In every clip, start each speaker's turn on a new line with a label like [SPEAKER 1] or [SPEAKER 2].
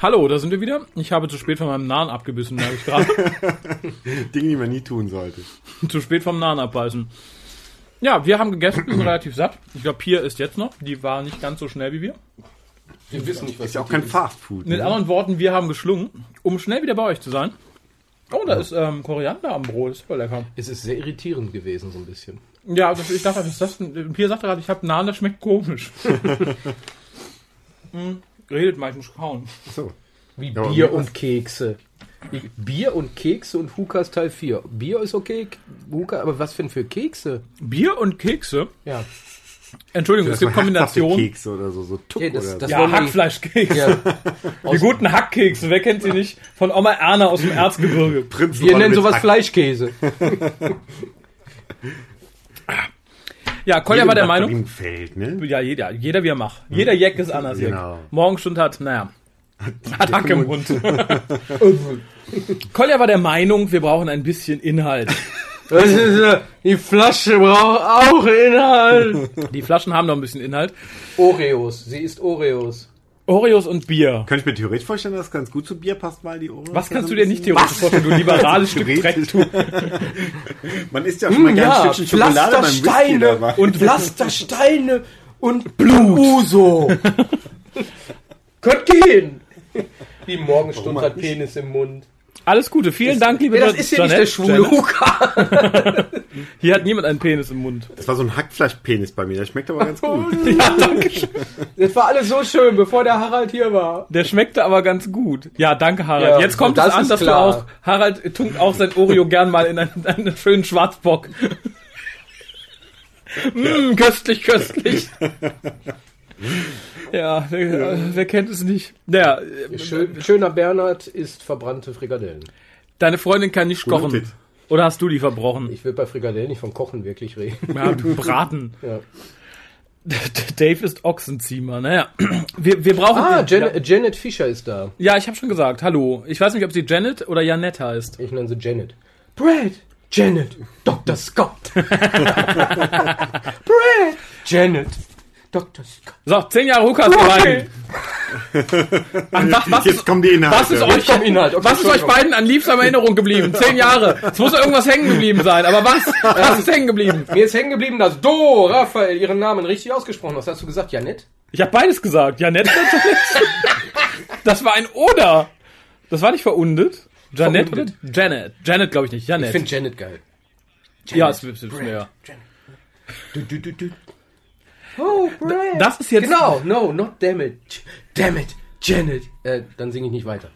[SPEAKER 1] Hallo, da sind wir wieder. Ich habe zu spät von meinem Nahen abgebissen, merke ich gerade.
[SPEAKER 2] Dinge, die man nie tun sollte.
[SPEAKER 1] zu spät vom Nahen abbeißen. Ja, wir haben gegessen, sind relativ satt. Ich glaube, Pia ist jetzt noch. Die war nicht ganz so schnell wie wir.
[SPEAKER 3] Wir wissen nicht, was
[SPEAKER 2] Ist ja auch kein Fastfood.
[SPEAKER 1] Mit
[SPEAKER 2] Ne?
[SPEAKER 1] anderen Worten, wir haben geschlungen, um schnell wieder bei euch zu sein. Oh, da ist ähm, Koriander am Brot. Ist voll lecker.
[SPEAKER 3] Es ist sehr irritierend gewesen, so ein bisschen.
[SPEAKER 1] Ja, also ich dachte, was ist das denn? Pia sagte gerade, ich habe Nahen, das schmeckt komisch. Hm, Redet mal, ich muss kauen.
[SPEAKER 2] So.
[SPEAKER 3] Wie
[SPEAKER 2] aber
[SPEAKER 3] Bier
[SPEAKER 2] mir-
[SPEAKER 3] und Kekse. Wie Bier und Kekse und Hukas Teil 4. Bier ist okay, K- Huka, aber was denn für Kekse?
[SPEAKER 1] Bier und Kekse.
[SPEAKER 3] Ja,
[SPEAKER 1] Entschuldigung, es gibt Kombinationen.
[SPEAKER 2] Kekse oder so, so Tuck
[SPEAKER 3] Ja, das-
[SPEAKER 2] oder
[SPEAKER 3] das-
[SPEAKER 2] so.
[SPEAKER 1] Ja,
[SPEAKER 3] Wollen wir-
[SPEAKER 1] Hackfleischkeks.
[SPEAKER 3] ja.
[SPEAKER 1] Die guten Hackkekse, wer kennt sie nicht? Von Oma Erna aus dem Erzgebirge.
[SPEAKER 2] Prinzenrolle
[SPEAKER 3] Wir nennen
[SPEAKER 2] mit
[SPEAKER 3] sowas
[SPEAKER 2] Hack-
[SPEAKER 3] Fleischkäse.
[SPEAKER 1] Ja, Kolja
[SPEAKER 2] Jedem
[SPEAKER 1] war der
[SPEAKER 2] nach
[SPEAKER 1] Meinung,
[SPEAKER 2] Berlin Fällt, ne?
[SPEAKER 1] ja, jeder, jeder wie er macht. Jeder Jack ist anders.
[SPEAKER 2] Genau.
[SPEAKER 1] Jack. Morgenstund hat, naja, hat Hack im Mund. Kolja war der Meinung, wir brauchen ein bisschen Inhalt.
[SPEAKER 3] Das ist, äh, die Flasche braucht auch Inhalt.
[SPEAKER 1] Die Flaschen haben noch ein bisschen Inhalt.
[SPEAKER 3] Oreos, sie ist Oreos.
[SPEAKER 1] Oreos und Bier.
[SPEAKER 2] Könnte ich mir theoretisch vorstellen, dass es ganz gut zu Bier passt, weil die Ohren.
[SPEAKER 1] Was kannst du dir nicht theoretisch vorstellen, du liberales Stück Dreck?
[SPEAKER 2] Theoretisch. Man isst ja
[SPEAKER 1] Hm,
[SPEAKER 2] schon mal gerne ein Stückchen Schokolade beim Whisky dabei.
[SPEAKER 3] Hm, und Pflastersteine und Blut. Uso. Könnt gehen. Die Morgenstunde hat Penis im Mund.
[SPEAKER 1] Alles Gute, vielen Dank, liebe
[SPEAKER 3] Ja, das ist ja nicht
[SPEAKER 1] Jeanette.
[SPEAKER 3] der schwule
[SPEAKER 1] Janet.
[SPEAKER 3] Huka.
[SPEAKER 1] Hier hat niemand einen Penis im Mund.
[SPEAKER 2] Das war so ein Hackfleischpenis bei mir, der schmeckt aber ganz gut.
[SPEAKER 1] Ja, danke schön.
[SPEAKER 3] Das war alles so schön, bevor der Harald hier war.
[SPEAKER 1] Der schmeckte aber ganz gut. Ja, danke, Harald.
[SPEAKER 3] Ja,
[SPEAKER 1] Jetzt kommt
[SPEAKER 3] das
[SPEAKER 1] es an,
[SPEAKER 3] ist
[SPEAKER 1] dass
[SPEAKER 3] klar.
[SPEAKER 1] du auch, Harald tunkt auch sein Oreo gern mal in einen, einen schönen Schwarzbock. mm, köstlich, köstlich. ja, wer, äh, wer kennt es nicht? Naja, äh,
[SPEAKER 3] Schön, schöner Bernhard isst verbrannte Frikadellen.
[SPEAKER 1] deine Freundin kann nicht
[SPEAKER 2] Guten
[SPEAKER 1] kochen.
[SPEAKER 2] Appetit.
[SPEAKER 1] Oder hast du die verbrochen?
[SPEAKER 3] Ich will bei Frikadellen nicht vom Kochen wirklich reden.
[SPEAKER 1] Ja, du Braten.
[SPEAKER 3] Ja.
[SPEAKER 1] Dave ist Ochsenziemer. Naja, wir, wir brauchen...
[SPEAKER 3] Ah, Jan
[SPEAKER 1] ja,
[SPEAKER 3] Janet Fischer ist da.
[SPEAKER 1] ja, ich habe schon gesagt, hallo. Ich weiß nicht, ob sie Janet oder Janette heißt.
[SPEAKER 3] Ich nenne sie Janet. Brad! Janet! Dr. Scott! Brad! Janet! Dr. Scott!
[SPEAKER 1] So, zehn Jahre Hukas
[SPEAKER 3] Okay.
[SPEAKER 1] okay. An was, was,
[SPEAKER 2] Jetzt
[SPEAKER 1] ist,
[SPEAKER 2] kommen die Inhalte.
[SPEAKER 1] was, ist euch,
[SPEAKER 3] kommt Inhalt. Okay,
[SPEAKER 1] was ist euch
[SPEAKER 3] Entschuldigung.
[SPEAKER 1] beiden an liebster Erinnerung geblieben? Zehn Jahre. Es muss doch irgendwas hängen geblieben sein. Aber was? Was ist hängen geblieben?
[SPEAKER 3] Mir ist hängen geblieben, dass Do Raphael ihren Namen richtig ausgesprochen hat. Was hast du gesagt, Janet?
[SPEAKER 1] Ich habe beides gesagt. Janette natürlich. Das war ein Oder. Das war nicht verundet. Janet oder
[SPEAKER 3] Verundet.
[SPEAKER 1] Janet? Janet glaube ich nicht.
[SPEAKER 3] Ich
[SPEAKER 1] Janet.
[SPEAKER 3] finde Janet geil.
[SPEAKER 1] ja, es ist mehr.
[SPEAKER 3] Du, du, du, du. Oh, Brad!
[SPEAKER 1] Das ist jetzt.
[SPEAKER 3] genau, no, not damn it. Damn it, Janet! Äh, dann singe ich nicht weiter.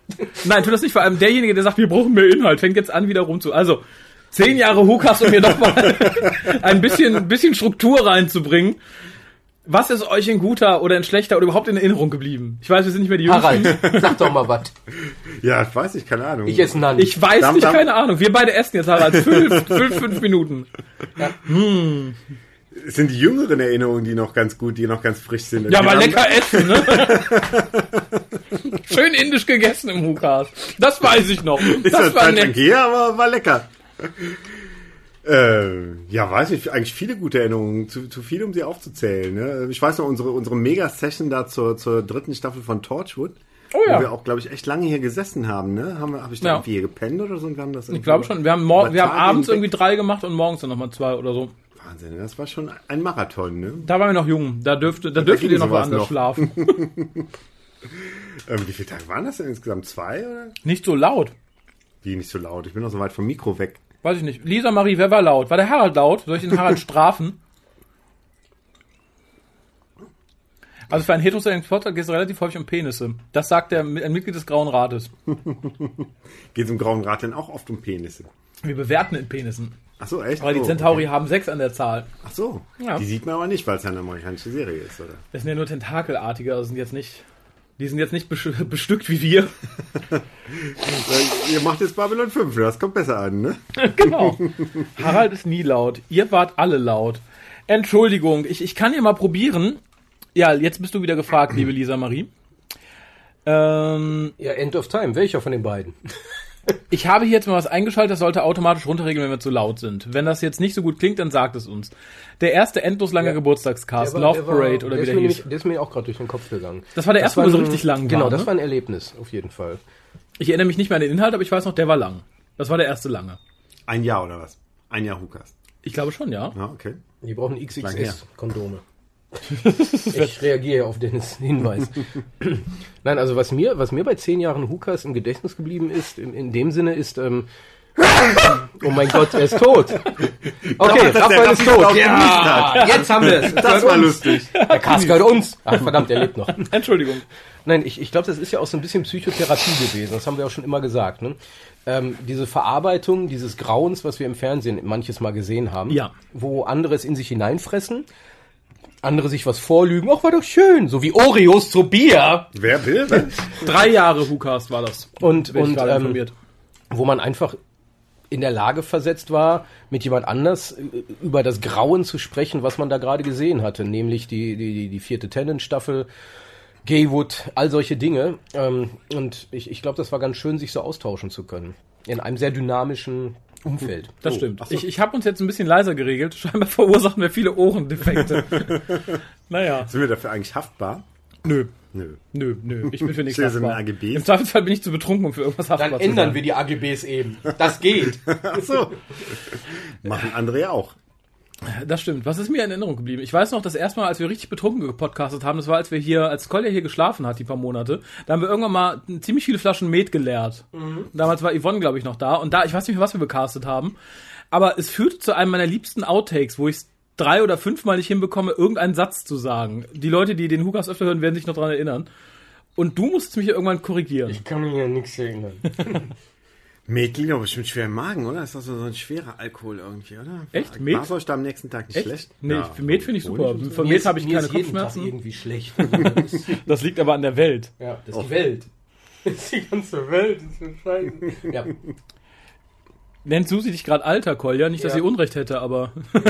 [SPEAKER 1] Nein, tu das nicht. Vor allem derjenige, der sagt, wir brauchen mehr Inhalt, fängt jetzt an, wieder rumzu. Also, zehn Jahre Hukas, um hier nochmal ein bisschen, ein bisschen Struktur reinzubringen. Was ist euch in guter oder in schlechter oder überhaupt in Erinnerung geblieben? Ich weiß, wir sind nicht mehr die Jüngsten.
[SPEAKER 3] Harald, Ah, sag doch mal was.
[SPEAKER 2] Ja, ich weiß nicht, keine Ahnung.
[SPEAKER 3] Ich esse Nan.
[SPEAKER 1] Ich weiß
[SPEAKER 2] Dam,
[SPEAKER 1] nicht,
[SPEAKER 2] dam.
[SPEAKER 1] keine Ahnung. Wir beide essen jetzt, Harald. Fünf, fünf, fünf Minuten.
[SPEAKER 2] Es sind die jüngeren Erinnerungen, die noch ganz gut, die noch ganz frisch sind.
[SPEAKER 1] Ja,
[SPEAKER 2] Die
[SPEAKER 1] mal
[SPEAKER 2] haben-
[SPEAKER 1] lecker essen, ne? Schön indisch gegessen im Hukas. Das weiß ich noch.
[SPEAKER 2] Ist
[SPEAKER 1] Das
[SPEAKER 2] das
[SPEAKER 1] war
[SPEAKER 2] Zeit lang
[SPEAKER 1] nett.
[SPEAKER 2] her, aber war lecker. Ähm, ja, weiß nicht, eigentlich viele gute Erinnerungen, zu, zu viel, um sie aufzuzählen. Ne? Ich weiß noch, unsere, unsere Mega-Session da zur, zur dritten Staffel von Torchwood,
[SPEAKER 1] Oh ja.
[SPEAKER 2] wo wir auch, glaube ich, echt lange hier gesessen haben. Ne? Haben wir, habe ich da
[SPEAKER 1] Ja.
[SPEAKER 2] irgendwie hier gepennt oder so? Und wir haben das
[SPEAKER 1] Ich glaube schon. Wir haben, mor- wir haben abends irgendwie
[SPEAKER 2] irgendwie.
[SPEAKER 1] drei gemacht und morgens dann nochmal zwei oder so.
[SPEAKER 2] Wahnsinn, das war schon ein Marathon. Ne?
[SPEAKER 1] Da waren wir noch jung. Da dürfte, da dürftet ihr
[SPEAKER 2] ging
[SPEAKER 1] noch
[SPEAKER 2] sowas
[SPEAKER 1] woanders
[SPEAKER 2] noch.
[SPEAKER 1] schlafen.
[SPEAKER 2] Ähm, wie viele Tage waren das denn insgesamt? Zwei oder?
[SPEAKER 1] Nicht so laut.
[SPEAKER 2] Wie nicht so laut, ich bin noch so weit vom Mikro weg.
[SPEAKER 1] Weiß ich nicht. Lisa Marie, wer war laut? War der Harald laut? Soll ich den Harald strafen? Also für einen heterosexuellen Vortrag geht es relativ häufig um Penisse. Das sagt der, ein Mitglied des Grauen Rates.
[SPEAKER 2] Geht es im Grauen Rat denn auch oft um Penisse?
[SPEAKER 1] Wir bewerten in Penissen.
[SPEAKER 2] Ach so, echt?
[SPEAKER 1] Weil die
[SPEAKER 2] Oh,
[SPEAKER 1] Centauri
[SPEAKER 2] okay.
[SPEAKER 1] haben sechs an der Zahl.
[SPEAKER 2] Ach so.
[SPEAKER 1] Ja.
[SPEAKER 2] Die sieht man aber nicht, weil es eine amerikanische Serie ist, oder?
[SPEAKER 1] Das sind ja nur Tentakelartige, also sind jetzt nicht. Die sind jetzt nicht besch- bestückt wie wir.
[SPEAKER 2] Weil Äh, Ihr macht jetzt Babylon 5, das kommt besser an, ne?
[SPEAKER 1] Genau. Harald ist nie laut. Ihr wart alle laut. Entschuldigung, ich, ich kann ja mal probieren. Ja, jetzt bist du wieder gefragt, liebe Lisa Marie. Ähm,
[SPEAKER 3] Ja, End of Time. Welcher von den beiden?
[SPEAKER 1] ich habe hier jetzt mal was eingeschaltet, das sollte automatisch runterregeln, wenn wir zu laut sind. Wenn das jetzt nicht so gut klingt, dann sagt es uns. Der erste endlos lange
[SPEAKER 3] Ja.
[SPEAKER 1] Geburtstagscast,
[SPEAKER 3] Der war-
[SPEAKER 1] Love
[SPEAKER 3] der war-
[SPEAKER 1] Parade oder
[SPEAKER 3] der
[SPEAKER 1] wie
[SPEAKER 3] ist
[SPEAKER 1] der
[SPEAKER 3] mir
[SPEAKER 1] hieß.
[SPEAKER 3] nämlich- Der ist mir auch gerade durch den Kopf gegangen.
[SPEAKER 1] Das war der erste,
[SPEAKER 3] war
[SPEAKER 1] wo so
[SPEAKER 3] ein-
[SPEAKER 1] richtig lang
[SPEAKER 3] Genau,
[SPEAKER 1] war,
[SPEAKER 3] das
[SPEAKER 1] ne?
[SPEAKER 3] war ein Erlebnis, auf jeden Fall.
[SPEAKER 1] Ich erinnere mich nicht mehr an den Inhalt, aber ich weiß noch, der war lang. Das war der erste lange.
[SPEAKER 2] Ein Jahr oder was? Ein Jahr Hukas.
[SPEAKER 1] Ich glaube schon, ja.
[SPEAKER 2] Ja, okay.
[SPEAKER 3] Die brauchen
[SPEAKER 2] Lang her.
[SPEAKER 3] XXS-Kondome. Ich reagiere auf Dennis Hinweis. Nein, also was mir, was mir bei zehn Jahren Hukas im Gedächtnis geblieben ist, in, in dem Sinne ist, ähm, oh mein Gott, er ist tot.
[SPEAKER 2] dass
[SPEAKER 3] Okay,
[SPEAKER 2] der
[SPEAKER 3] Raphael ist
[SPEAKER 2] Raffi laut
[SPEAKER 3] tot.
[SPEAKER 2] genießt
[SPEAKER 3] Ja,
[SPEAKER 2] hat.
[SPEAKER 3] jetzt haben wir es.
[SPEAKER 2] Das war lustig.
[SPEAKER 3] Der Cast gehört uns. Ach verdammt, er lebt noch.
[SPEAKER 1] Entschuldigung.
[SPEAKER 3] Nein, ich, ich glaube, das ist ja auch so ein bisschen Psychotherapie gewesen. Das haben wir auch schon immer gesagt. Ne? Ähm, diese Verarbeitung dieses Grauens, was wir im Fernsehen manches Mal gesehen haben,
[SPEAKER 1] Ja.
[SPEAKER 3] wo andere es in sich hineinfressen, andere sich was vorlügen. Ach, war doch schön. So wie Oreos zu Bier.
[SPEAKER 2] Wer will? ne? Was?
[SPEAKER 1] Drei Jahre Hookast war das.
[SPEAKER 3] Und,
[SPEAKER 1] Bin ich
[SPEAKER 3] und
[SPEAKER 1] gerade
[SPEAKER 3] ähm,
[SPEAKER 1] informiert.
[SPEAKER 3] wo man einfach in der Lage versetzt war, mit jemand anders äh, über das Grauen zu sprechen, was man da gerade gesehen hatte, nämlich die, die, die- die vierte Tennant-Staffel, Gaywood, all solche Dinge. Ähm, Und ich, ich glaube, das war ganz schön, sich so austauschen zu können. In einem sehr dynamischen Umfeld.
[SPEAKER 1] Das stimmt.
[SPEAKER 2] Oh, ach so.
[SPEAKER 1] Ich, ich habe uns jetzt ein bisschen leiser geregelt. Scheinbar verursachen wir viele Ohrendefekte. naja.
[SPEAKER 2] Sind wir dafür eigentlich haftbar?
[SPEAKER 1] Nö.
[SPEAKER 2] Nö.
[SPEAKER 1] Nö, nö. Ich bin für nichts
[SPEAKER 2] Steht das in den
[SPEAKER 1] haftbar.
[SPEAKER 2] AGBs?
[SPEAKER 1] Im Zweifelsfall bin ich zu betrunken, um für irgendwas haftbar zu sein.
[SPEAKER 3] die AGBs eben. Das geht.
[SPEAKER 2] Ach so. Machen andere ja auch.
[SPEAKER 1] Das stimmt. Was ist mir in Erinnerung geblieben? Ich weiß noch, das erste Mal, als wir richtig betrunken gepodcastet haben, das war, als wir hier, als Kolja hier geschlafen hat, die paar Monate, da haben wir irgendwann mal ziemlich viele Flaschen Met geleert. Damals war Yvonne, glaube ich, noch da. Und da, ich weiß nicht mehr, was wir becastet haben, aber es führte zu einem meiner liebsten Outtakes, wo ich drei oder fünfmal nicht hinbekomme, irgendeinen Satz zu sagen. Die Leute, die den Hukas öfter hören, werden sich noch dran erinnern. Und du musst mich irgendwann korrigieren.
[SPEAKER 3] Ich kann mir ja nichts erinnern.
[SPEAKER 2] Met liegt aber bestimmt schwer im Magen, oder? Ist das so ein schwerer Alkohol irgendwie, oder?
[SPEAKER 1] Echt? Met?
[SPEAKER 2] Met? da am nächsten Tag nicht schlecht?
[SPEAKER 1] Nee,
[SPEAKER 2] Ja.
[SPEAKER 1] für Met finde ich super.
[SPEAKER 2] Honig und
[SPEAKER 1] Für Met habe ich keine Kopfschmerzen.
[SPEAKER 3] irgendwie schlecht.
[SPEAKER 1] Das liegt aber an der Welt.
[SPEAKER 3] Ja, das ist die Welt. Das ist die ganze Welt. Das ist scheiße. Ja,
[SPEAKER 1] Nennt Susi dich gerade alter, Kolja. Nicht, dass
[SPEAKER 3] Ja.
[SPEAKER 1] sie Unrecht hätte, aber...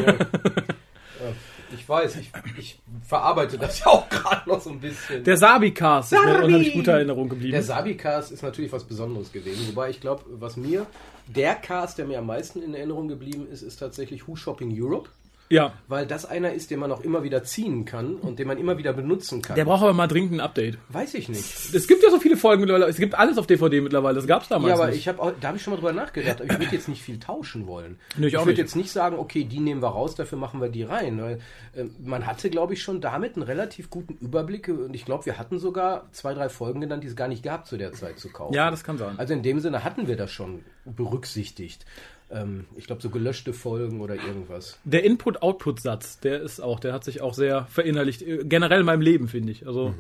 [SPEAKER 3] ich weiß, ich, ich verarbeite das ja auch gerade noch so ein bisschen.
[SPEAKER 1] Der Sabi-Cast ist mir in
[SPEAKER 3] Sabi!
[SPEAKER 1] unheimlich guter Erinnerung geblieben.
[SPEAKER 3] Der Sabi-Cast ist natürlich was Besonderes gewesen. Wobei ich glaube, was mir, der Cast, der mir am meisten in Erinnerung geblieben ist, ist tatsächlich Who Shopping Europe.
[SPEAKER 1] ja,
[SPEAKER 3] Weil das einer ist, den man auch immer wieder ziehen kann und den man immer wieder benutzen kann.
[SPEAKER 1] der braucht aber mal dringend ein Update.
[SPEAKER 3] weiß ich nicht.
[SPEAKER 1] Es gibt ja so viele Folgen mittlerweile. Es gibt alles auf DVD mittlerweile. Das gab's damals
[SPEAKER 3] Ja, aber
[SPEAKER 1] nicht.
[SPEAKER 3] ich habe da habe ich schon mal drüber nachgedacht. Aber ich würde jetzt nicht viel tauschen wollen.
[SPEAKER 1] Nö, ich auch
[SPEAKER 3] würde
[SPEAKER 1] nicht.
[SPEAKER 3] jetzt nicht sagen, okay, die nehmen wir raus, dafür machen wir die rein. Weil, äh, man hatte, glaube ich, schon damit einen relativ guten Überblick. Und ich glaube, wir hatten sogar zwei, drei Folgen genannt, die es gar nicht gab zu der Zeit zu kaufen.
[SPEAKER 1] Ja, das kann sein.
[SPEAKER 3] Also in dem Sinne hatten wir das schon berücksichtigt. Ähm, ich glaube, so gelöschte Folgen oder irgendwas.
[SPEAKER 1] der Input-Output-Satz, der ist auch, der hat sich auch sehr verinnerlicht. Äh, Generell in meinem Leben, finde ich. Also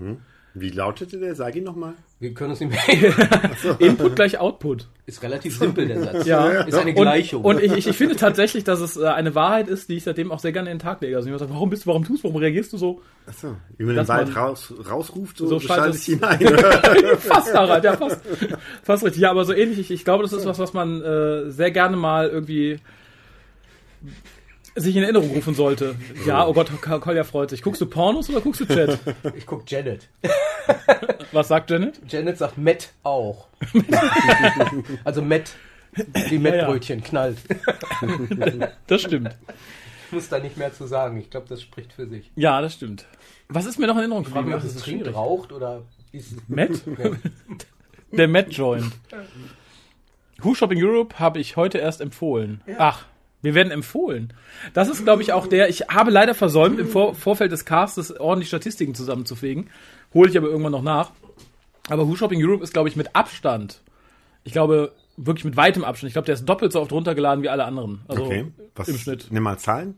[SPEAKER 2] Wie lautete der? Sag ihn nochmal.
[SPEAKER 3] Wir können uns nicht mehr.
[SPEAKER 1] Input gleich Output.
[SPEAKER 3] Ist relativ simpel, der Satz.
[SPEAKER 1] Ja.
[SPEAKER 3] Ist eine
[SPEAKER 1] Und,
[SPEAKER 3] Gleichung. ne?
[SPEAKER 1] und ich, ich, ich finde tatsächlich, dass es äh, eine Wahrheit ist, die ich seitdem auch sehr gerne in den Tag lege. Also ich sage, warum bist du, warum tust du, warum reagierst du so?
[SPEAKER 2] Ach so. Wie man
[SPEAKER 1] Dass
[SPEAKER 2] den Wald
[SPEAKER 1] man-
[SPEAKER 2] raus, rausruft, so,
[SPEAKER 1] So
[SPEAKER 2] so
[SPEAKER 1] schallt
[SPEAKER 2] schaltet
[SPEAKER 1] es-
[SPEAKER 2] es hinein. oder?
[SPEAKER 1] Fast, Harald, ja, fast. Fast richtig. Ja, aber so ähnlich. Ich, ich glaube, das ist was, was man äh, sehr gerne mal irgendwie sich in Erinnerung rufen sollte. Ja, oh Gott, Ko- Kolja freut sich. Guckst du Pornos oder guckst du Chat?
[SPEAKER 3] ich gucke Janet.
[SPEAKER 1] Was sagt Janet?
[SPEAKER 3] Janet sagt Matt auch. also Matt. Die Mettbrötchen knallt.
[SPEAKER 1] Das stimmt.
[SPEAKER 3] Ich muss da nicht mehr zu sagen. Ich glaube, das spricht für sich.
[SPEAKER 1] Ja, das stimmt. Was ist mir noch in Erinnerung geblieben?
[SPEAKER 3] Ob es trinkt, raucht oder isst.
[SPEAKER 1] Matt? Der Matt Joint. Who Shopping Europe habe ich heute erst empfohlen. Ach, wir werden empfohlen. Das ist, glaube ich, auch der. Ich habe leider versäumt, im Vor Vorfeld des Castes ordentlich Statistiken zusammenzufegen. Hole ich aber irgendwann noch nach. Aber Who Shopping Europe ist, glaube ich, mit Abstand. Ich glaube, wirklich mit weitem Abstand. Ich glaube, der ist doppelt so oft runtergeladen wie alle anderen. Also
[SPEAKER 2] Okay. Was,
[SPEAKER 1] im Schnitt.
[SPEAKER 2] Nimm mal Zahlen.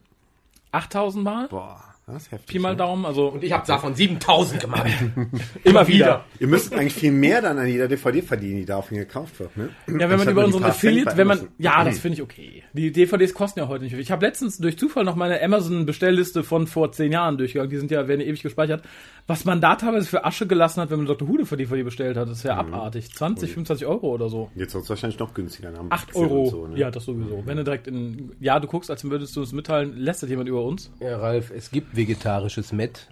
[SPEAKER 1] 8000 Mal?
[SPEAKER 2] Boah, das ist heftig.
[SPEAKER 1] Pi mal
[SPEAKER 2] ne?
[SPEAKER 1] Daumen, also
[SPEAKER 3] Und ich habe davon 7000 gemacht.
[SPEAKER 1] immer
[SPEAKER 3] wieder.
[SPEAKER 1] wieder.
[SPEAKER 2] Ihr müsst eigentlich viel mehr dann an jeder DVD verdienen, die daraufhin gekauft wird. Ne?
[SPEAKER 1] Ja, wenn man über unseren Affiliate, wenn man, ja, das
[SPEAKER 2] finde
[SPEAKER 1] finde ich okay. Die DVDs kosten ja heute nicht viel. Ich habe letztens durch Zufall noch meine Amazon-Bestellliste von vor zehn Jahren durchgegangen. Die sind ja, werden ewig gespeichert. Was man da teilweise für Asche gelassen hat, wenn man Dr. Hude für DVD bestellt hat, ist ja abartig. 20, 25 Euro oder so.
[SPEAKER 2] Jetzt wird es wahrscheinlich noch günstiger. dann haben
[SPEAKER 1] 8
[SPEAKER 2] wir
[SPEAKER 1] Euro.
[SPEAKER 2] und So, ne?
[SPEAKER 1] Ja, das sowieso. Wenn du direkt in, ja, du guckst, als würdest du uns mitteilen, lästert jemand über uns.
[SPEAKER 3] Ja, Ralf, es gibt vegetarisches Met.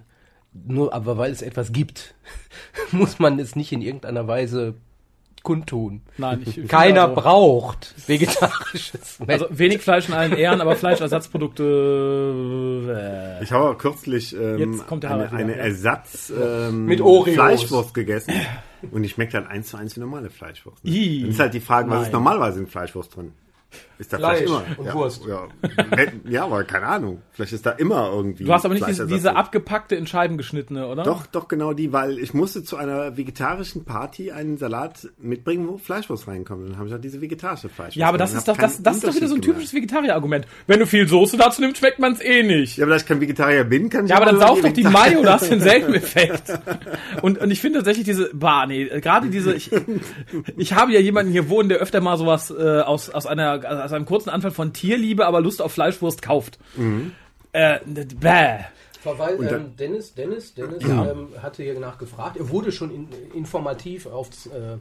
[SPEAKER 3] Nur aber weil es etwas gibt, muss man es nicht in irgendeiner Weise kundtun.
[SPEAKER 1] Nein, ich, ich
[SPEAKER 3] Keiner
[SPEAKER 1] also,
[SPEAKER 3] braucht vegetarisches Met.
[SPEAKER 1] Also wenig Fleisch in allen Ehren, aber Fleischersatzprodukte. äh,
[SPEAKER 2] Ich habe kürzlich ähm,
[SPEAKER 1] Jetzt kommt der
[SPEAKER 2] eine,
[SPEAKER 1] Harald wieder,
[SPEAKER 2] eine
[SPEAKER 1] ja.
[SPEAKER 2] Ersatz ähm,
[SPEAKER 3] Mit Oreos.
[SPEAKER 2] Fleischwurst gegessen und die schmeckt halt eins zu eins wie normale Fleischwurst. Ne?
[SPEAKER 1] Ih,
[SPEAKER 2] Dann ist halt die Frage, was ist
[SPEAKER 1] nein.
[SPEAKER 2] normalerweise in Fleischwurst drin? Ist da Fleisch,
[SPEAKER 3] Fleisch
[SPEAKER 2] immer?
[SPEAKER 3] und
[SPEAKER 2] ja,
[SPEAKER 3] Wurst.
[SPEAKER 2] Ja, Wenn- ja, aber keine Ahnung. Vielleicht ist da immer irgendwie.
[SPEAKER 1] Du hast aber nicht diese,
[SPEAKER 2] Fleischersatz
[SPEAKER 1] diese
[SPEAKER 2] drin.
[SPEAKER 1] abgepackte, in Scheiben geschnittene, oder?
[SPEAKER 2] Doch, doch, genau die, weil ich musste zu einer vegetarischen Party einen Salat mitbringen, wo Fleischwurst reinkommt. Und dann habe ich halt diese vegetarische Fleischwurst.
[SPEAKER 1] Ja, aber das
[SPEAKER 2] genommen.
[SPEAKER 1] ist doch,
[SPEAKER 2] Hab Also, keinen
[SPEAKER 1] das, das ist doch wieder so ein
[SPEAKER 2] Unterschied
[SPEAKER 1] typisches Vegetarier-Argument. Wenn du viel Soße dazu nimmst, schmeckt man's eh nicht.
[SPEAKER 2] gemacht. Ja, aber da ich kein Vegetarier bin, kann ich
[SPEAKER 1] Ja, aber dann
[SPEAKER 2] auch
[SPEAKER 1] sauf
[SPEAKER 2] nur
[SPEAKER 1] doch die
[SPEAKER 2] Vegetarier-
[SPEAKER 1] Mayo, da hast du denselben Effekt. Und, und ich finde tatsächlich diese, bah, nee, äh, gerade diese, ich, ich habe ja jemanden hier wohnen, der öfter mal sowas äh, aus, aus, einer, aus einem kurzen Anfall von Tierliebe, aber Lust auf Fleischwurst kauft.
[SPEAKER 2] Mhm.
[SPEAKER 1] Äh, d- bäh.
[SPEAKER 3] Verweil,
[SPEAKER 2] dann-
[SPEAKER 3] ähm, Dennis, Dennis, Dennis ähm, hatte hier nachgefragt. Er wurde schon in, informativ aufs, äh,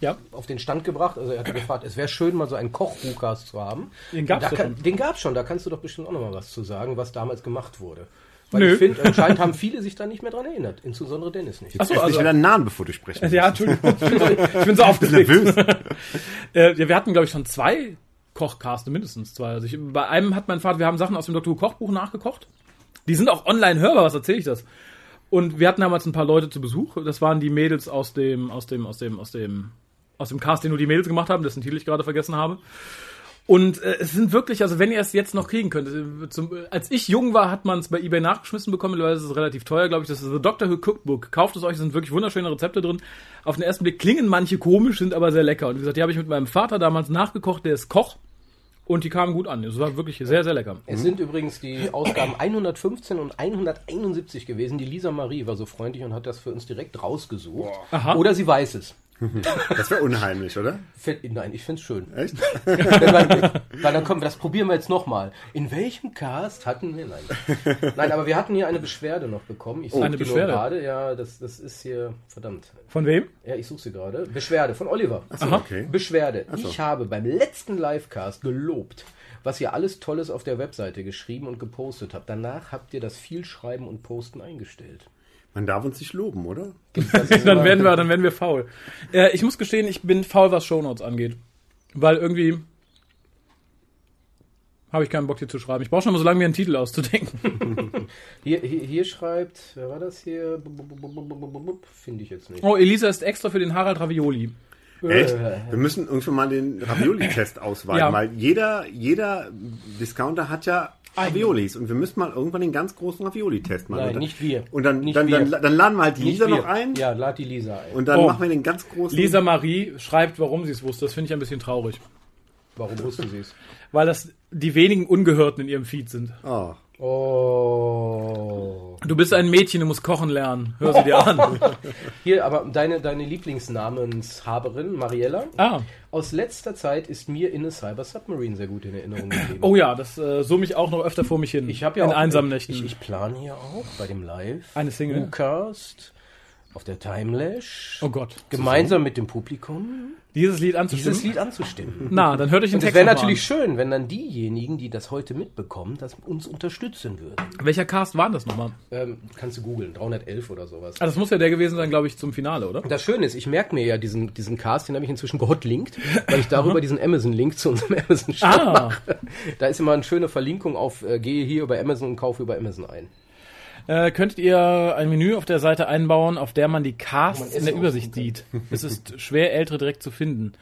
[SPEAKER 1] Ja.
[SPEAKER 3] auf den Stand gebracht. Also er hatte gefragt, es wäre schön, mal so einen Koch-Hukas zu haben.
[SPEAKER 1] Den gab's
[SPEAKER 3] da
[SPEAKER 1] doch
[SPEAKER 3] kann, Den gab's schon, da kannst du doch bestimmt auch nochmal was zu sagen, was damals gemacht wurde. Weil
[SPEAKER 1] Nö.
[SPEAKER 3] ich finde, anscheinend haben viele sich da nicht mehr dran erinnert, insbesondere Dennis nicht.
[SPEAKER 1] Ach so,
[SPEAKER 2] Ess nicht
[SPEAKER 1] also-
[SPEAKER 2] wieder einen Nahen, bevor du sprichst.
[SPEAKER 1] Ja, Entschuldigung. Ich bin so, ich bin so aufgeregt. Äh, ja, wir hatten, glaube ich, schon zwei Kochcaste, mindestens zwei. Also ich, bei einem hat mein Vater, wir haben Sachen aus dem Dr. Who Kochbuch nachgekocht. Die sind auch online hörbar, was erzähle ich das? Und wir hatten damals ein paar Leute zu Besuch. Das waren die Mädels aus dem, aus dem, aus dem, aus dem, aus dem Cast, den nur die Mädels gemacht haben, dessen Titel ich gerade vergessen habe. Und äh, es sind wirklich, also wenn ihr es jetzt noch kriegen könnt, äh, zum, äh, als ich jung war, hat man es bei eBay nachgeschmissen bekommen, weil es ist relativ teuer, glaube ich. Das ist The Doctor Who Cookbook. Kauft es euch, es sind wirklich wunderschöne Rezepte drin. Auf den ersten Blick klingen manche komisch, sind aber sehr lecker. Und wie gesagt, die habe ich mit meinem Vater damals nachgekocht, der ist Koch. Und die kamen gut an. Es war wirklich sehr, sehr lecker.
[SPEAKER 3] Es sind übrigens die Ausgaben 115 und 171 gewesen. Die Lisa Marie war so freundlich und hat das für uns direkt rausgesucht.
[SPEAKER 1] Aha.
[SPEAKER 3] Oder sie weiß es.
[SPEAKER 2] Das wäre unheimlich, oder?
[SPEAKER 3] Fällt- Nein, ich finde es schön.
[SPEAKER 2] Echt?
[SPEAKER 3] weil, weil dann kommen wir, das probieren wir jetzt nochmal. In welchem Cast hatten wir? Nein. Nein, aber wir hatten hier eine Beschwerde noch bekommen. Ich suche
[SPEAKER 1] Oh, Eine
[SPEAKER 3] die nur
[SPEAKER 1] Beschwerde?
[SPEAKER 3] gerade. Ja, das, das ist hier, verdammt.
[SPEAKER 1] Von wem?
[SPEAKER 3] Ja, ich suche sie gerade. Beschwerde von Oliver.
[SPEAKER 2] Achso, okay.
[SPEAKER 3] Beschwerde.
[SPEAKER 2] so.
[SPEAKER 3] Ich habe beim letzten Livecast gelobt, was ihr alles Tolles auf der Webseite geschrieben und gepostet habt. Danach habt ihr das viel Schreiben und Posten eingestellt.
[SPEAKER 2] Man darf uns nicht loben, oder?
[SPEAKER 1] dann werden wir, dann werden wir faul. Äh, ich muss gestehen, ich bin faul, was Shownotes angeht. Weil irgendwie habe ich keinen Bock, die zu schreiben. Ich brauche schon mal so lange, mir einen Titel auszudenken.
[SPEAKER 3] Hier, hier, hier schreibt, wer war das hier? Bup, bup, bup, bup, bup, bup, bup. Finde ich jetzt nicht.
[SPEAKER 1] Oh, Elisa ist extra für den Harald Ravioli.
[SPEAKER 2] Echt? Wir müssen irgendwann mal den Ravioli-Test ausweiten,
[SPEAKER 1] Äh, Ja.
[SPEAKER 2] weil jeder, jeder Discounter hat ja Raviolis und wir müssen mal irgendwann den ganz großen Ravioli-Test machen.
[SPEAKER 3] Nein,
[SPEAKER 2] Und dann-
[SPEAKER 3] nicht wir.
[SPEAKER 2] Und dann,
[SPEAKER 3] Nicht
[SPEAKER 2] dann,
[SPEAKER 3] wir.
[SPEAKER 2] dann, dann laden wir halt die
[SPEAKER 3] Nicht
[SPEAKER 2] Lisa
[SPEAKER 3] wir.
[SPEAKER 2] noch ein
[SPEAKER 3] Ja, lad die Lisa ein.
[SPEAKER 2] und dann
[SPEAKER 1] Oh.
[SPEAKER 2] machen wir den ganz großen.
[SPEAKER 1] Lisa Marie schreibt, warum sie es wusste. Das finde ich ein bisschen traurig.
[SPEAKER 3] Warum wusste sie es?
[SPEAKER 1] Weil das die wenigen Ungehörten in ihrem Feed sind.
[SPEAKER 2] Oh.
[SPEAKER 3] Oh.
[SPEAKER 1] Du bist ein Mädchen, du musst kochen lernen. Hör sie dir an.
[SPEAKER 3] Hier, aber deine, deine Lieblingsnamenshaberin, Mariella.
[SPEAKER 1] Ah.
[SPEAKER 3] Aus letzter Zeit ist mir in a Cyber Submarine sehr gut in Erinnerung geblieben.
[SPEAKER 1] Oh ja, das äh, summe ich auch noch öfter vor mich hin.
[SPEAKER 3] Ich habe ja
[SPEAKER 1] in
[SPEAKER 3] auch,
[SPEAKER 1] einsamen Nächten.
[SPEAKER 3] Ich, ich plane hier auch bei dem Live.
[SPEAKER 1] Eine Single.
[SPEAKER 3] Ucast, auf der Timelash.
[SPEAKER 1] oh Gott.
[SPEAKER 3] Gemeinsam mit dem Publikum
[SPEAKER 1] Dieses Lied anzustimmen.
[SPEAKER 3] dieses Lied anzustimmen.
[SPEAKER 1] Na, dann hört euch den
[SPEAKER 3] Und es
[SPEAKER 1] Text
[SPEAKER 3] wäre
[SPEAKER 1] noch mal
[SPEAKER 3] natürlich schön, wenn dann diejenigen, die das heute mitbekommen, das uns unterstützen würden.
[SPEAKER 1] an. Welcher Cast war denn das nochmal?
[SPEAKER 3] Ähm, kannst du googeln, 311 oder sowas.
[SPEAKER 1] Ah, das muss ja der gewesen sein, glaube ich, zum Finale, oder?
[SPEAKER 3] Und Das Schöne ist, ich merke mir ja diesen, diesen Cast, den habe ich inzwischen gehotlinkt, weil ich darüber diesen Amazon-Link zu unserem Amazon-Shop
[SPEAKER 1] Ah.
[SPEAKER 3] mache. Da ist immer eine schöne Verlinkung auf, äh, gehe hier über Amazon und kaufe über Amazon ein.
[SPEAKER 1] Äh, könntet ihr ein Menü auf der Seite einbauen, auf der man die Casts in der Übersicht sieht? Es ist schwer, ältere direkt zu finden.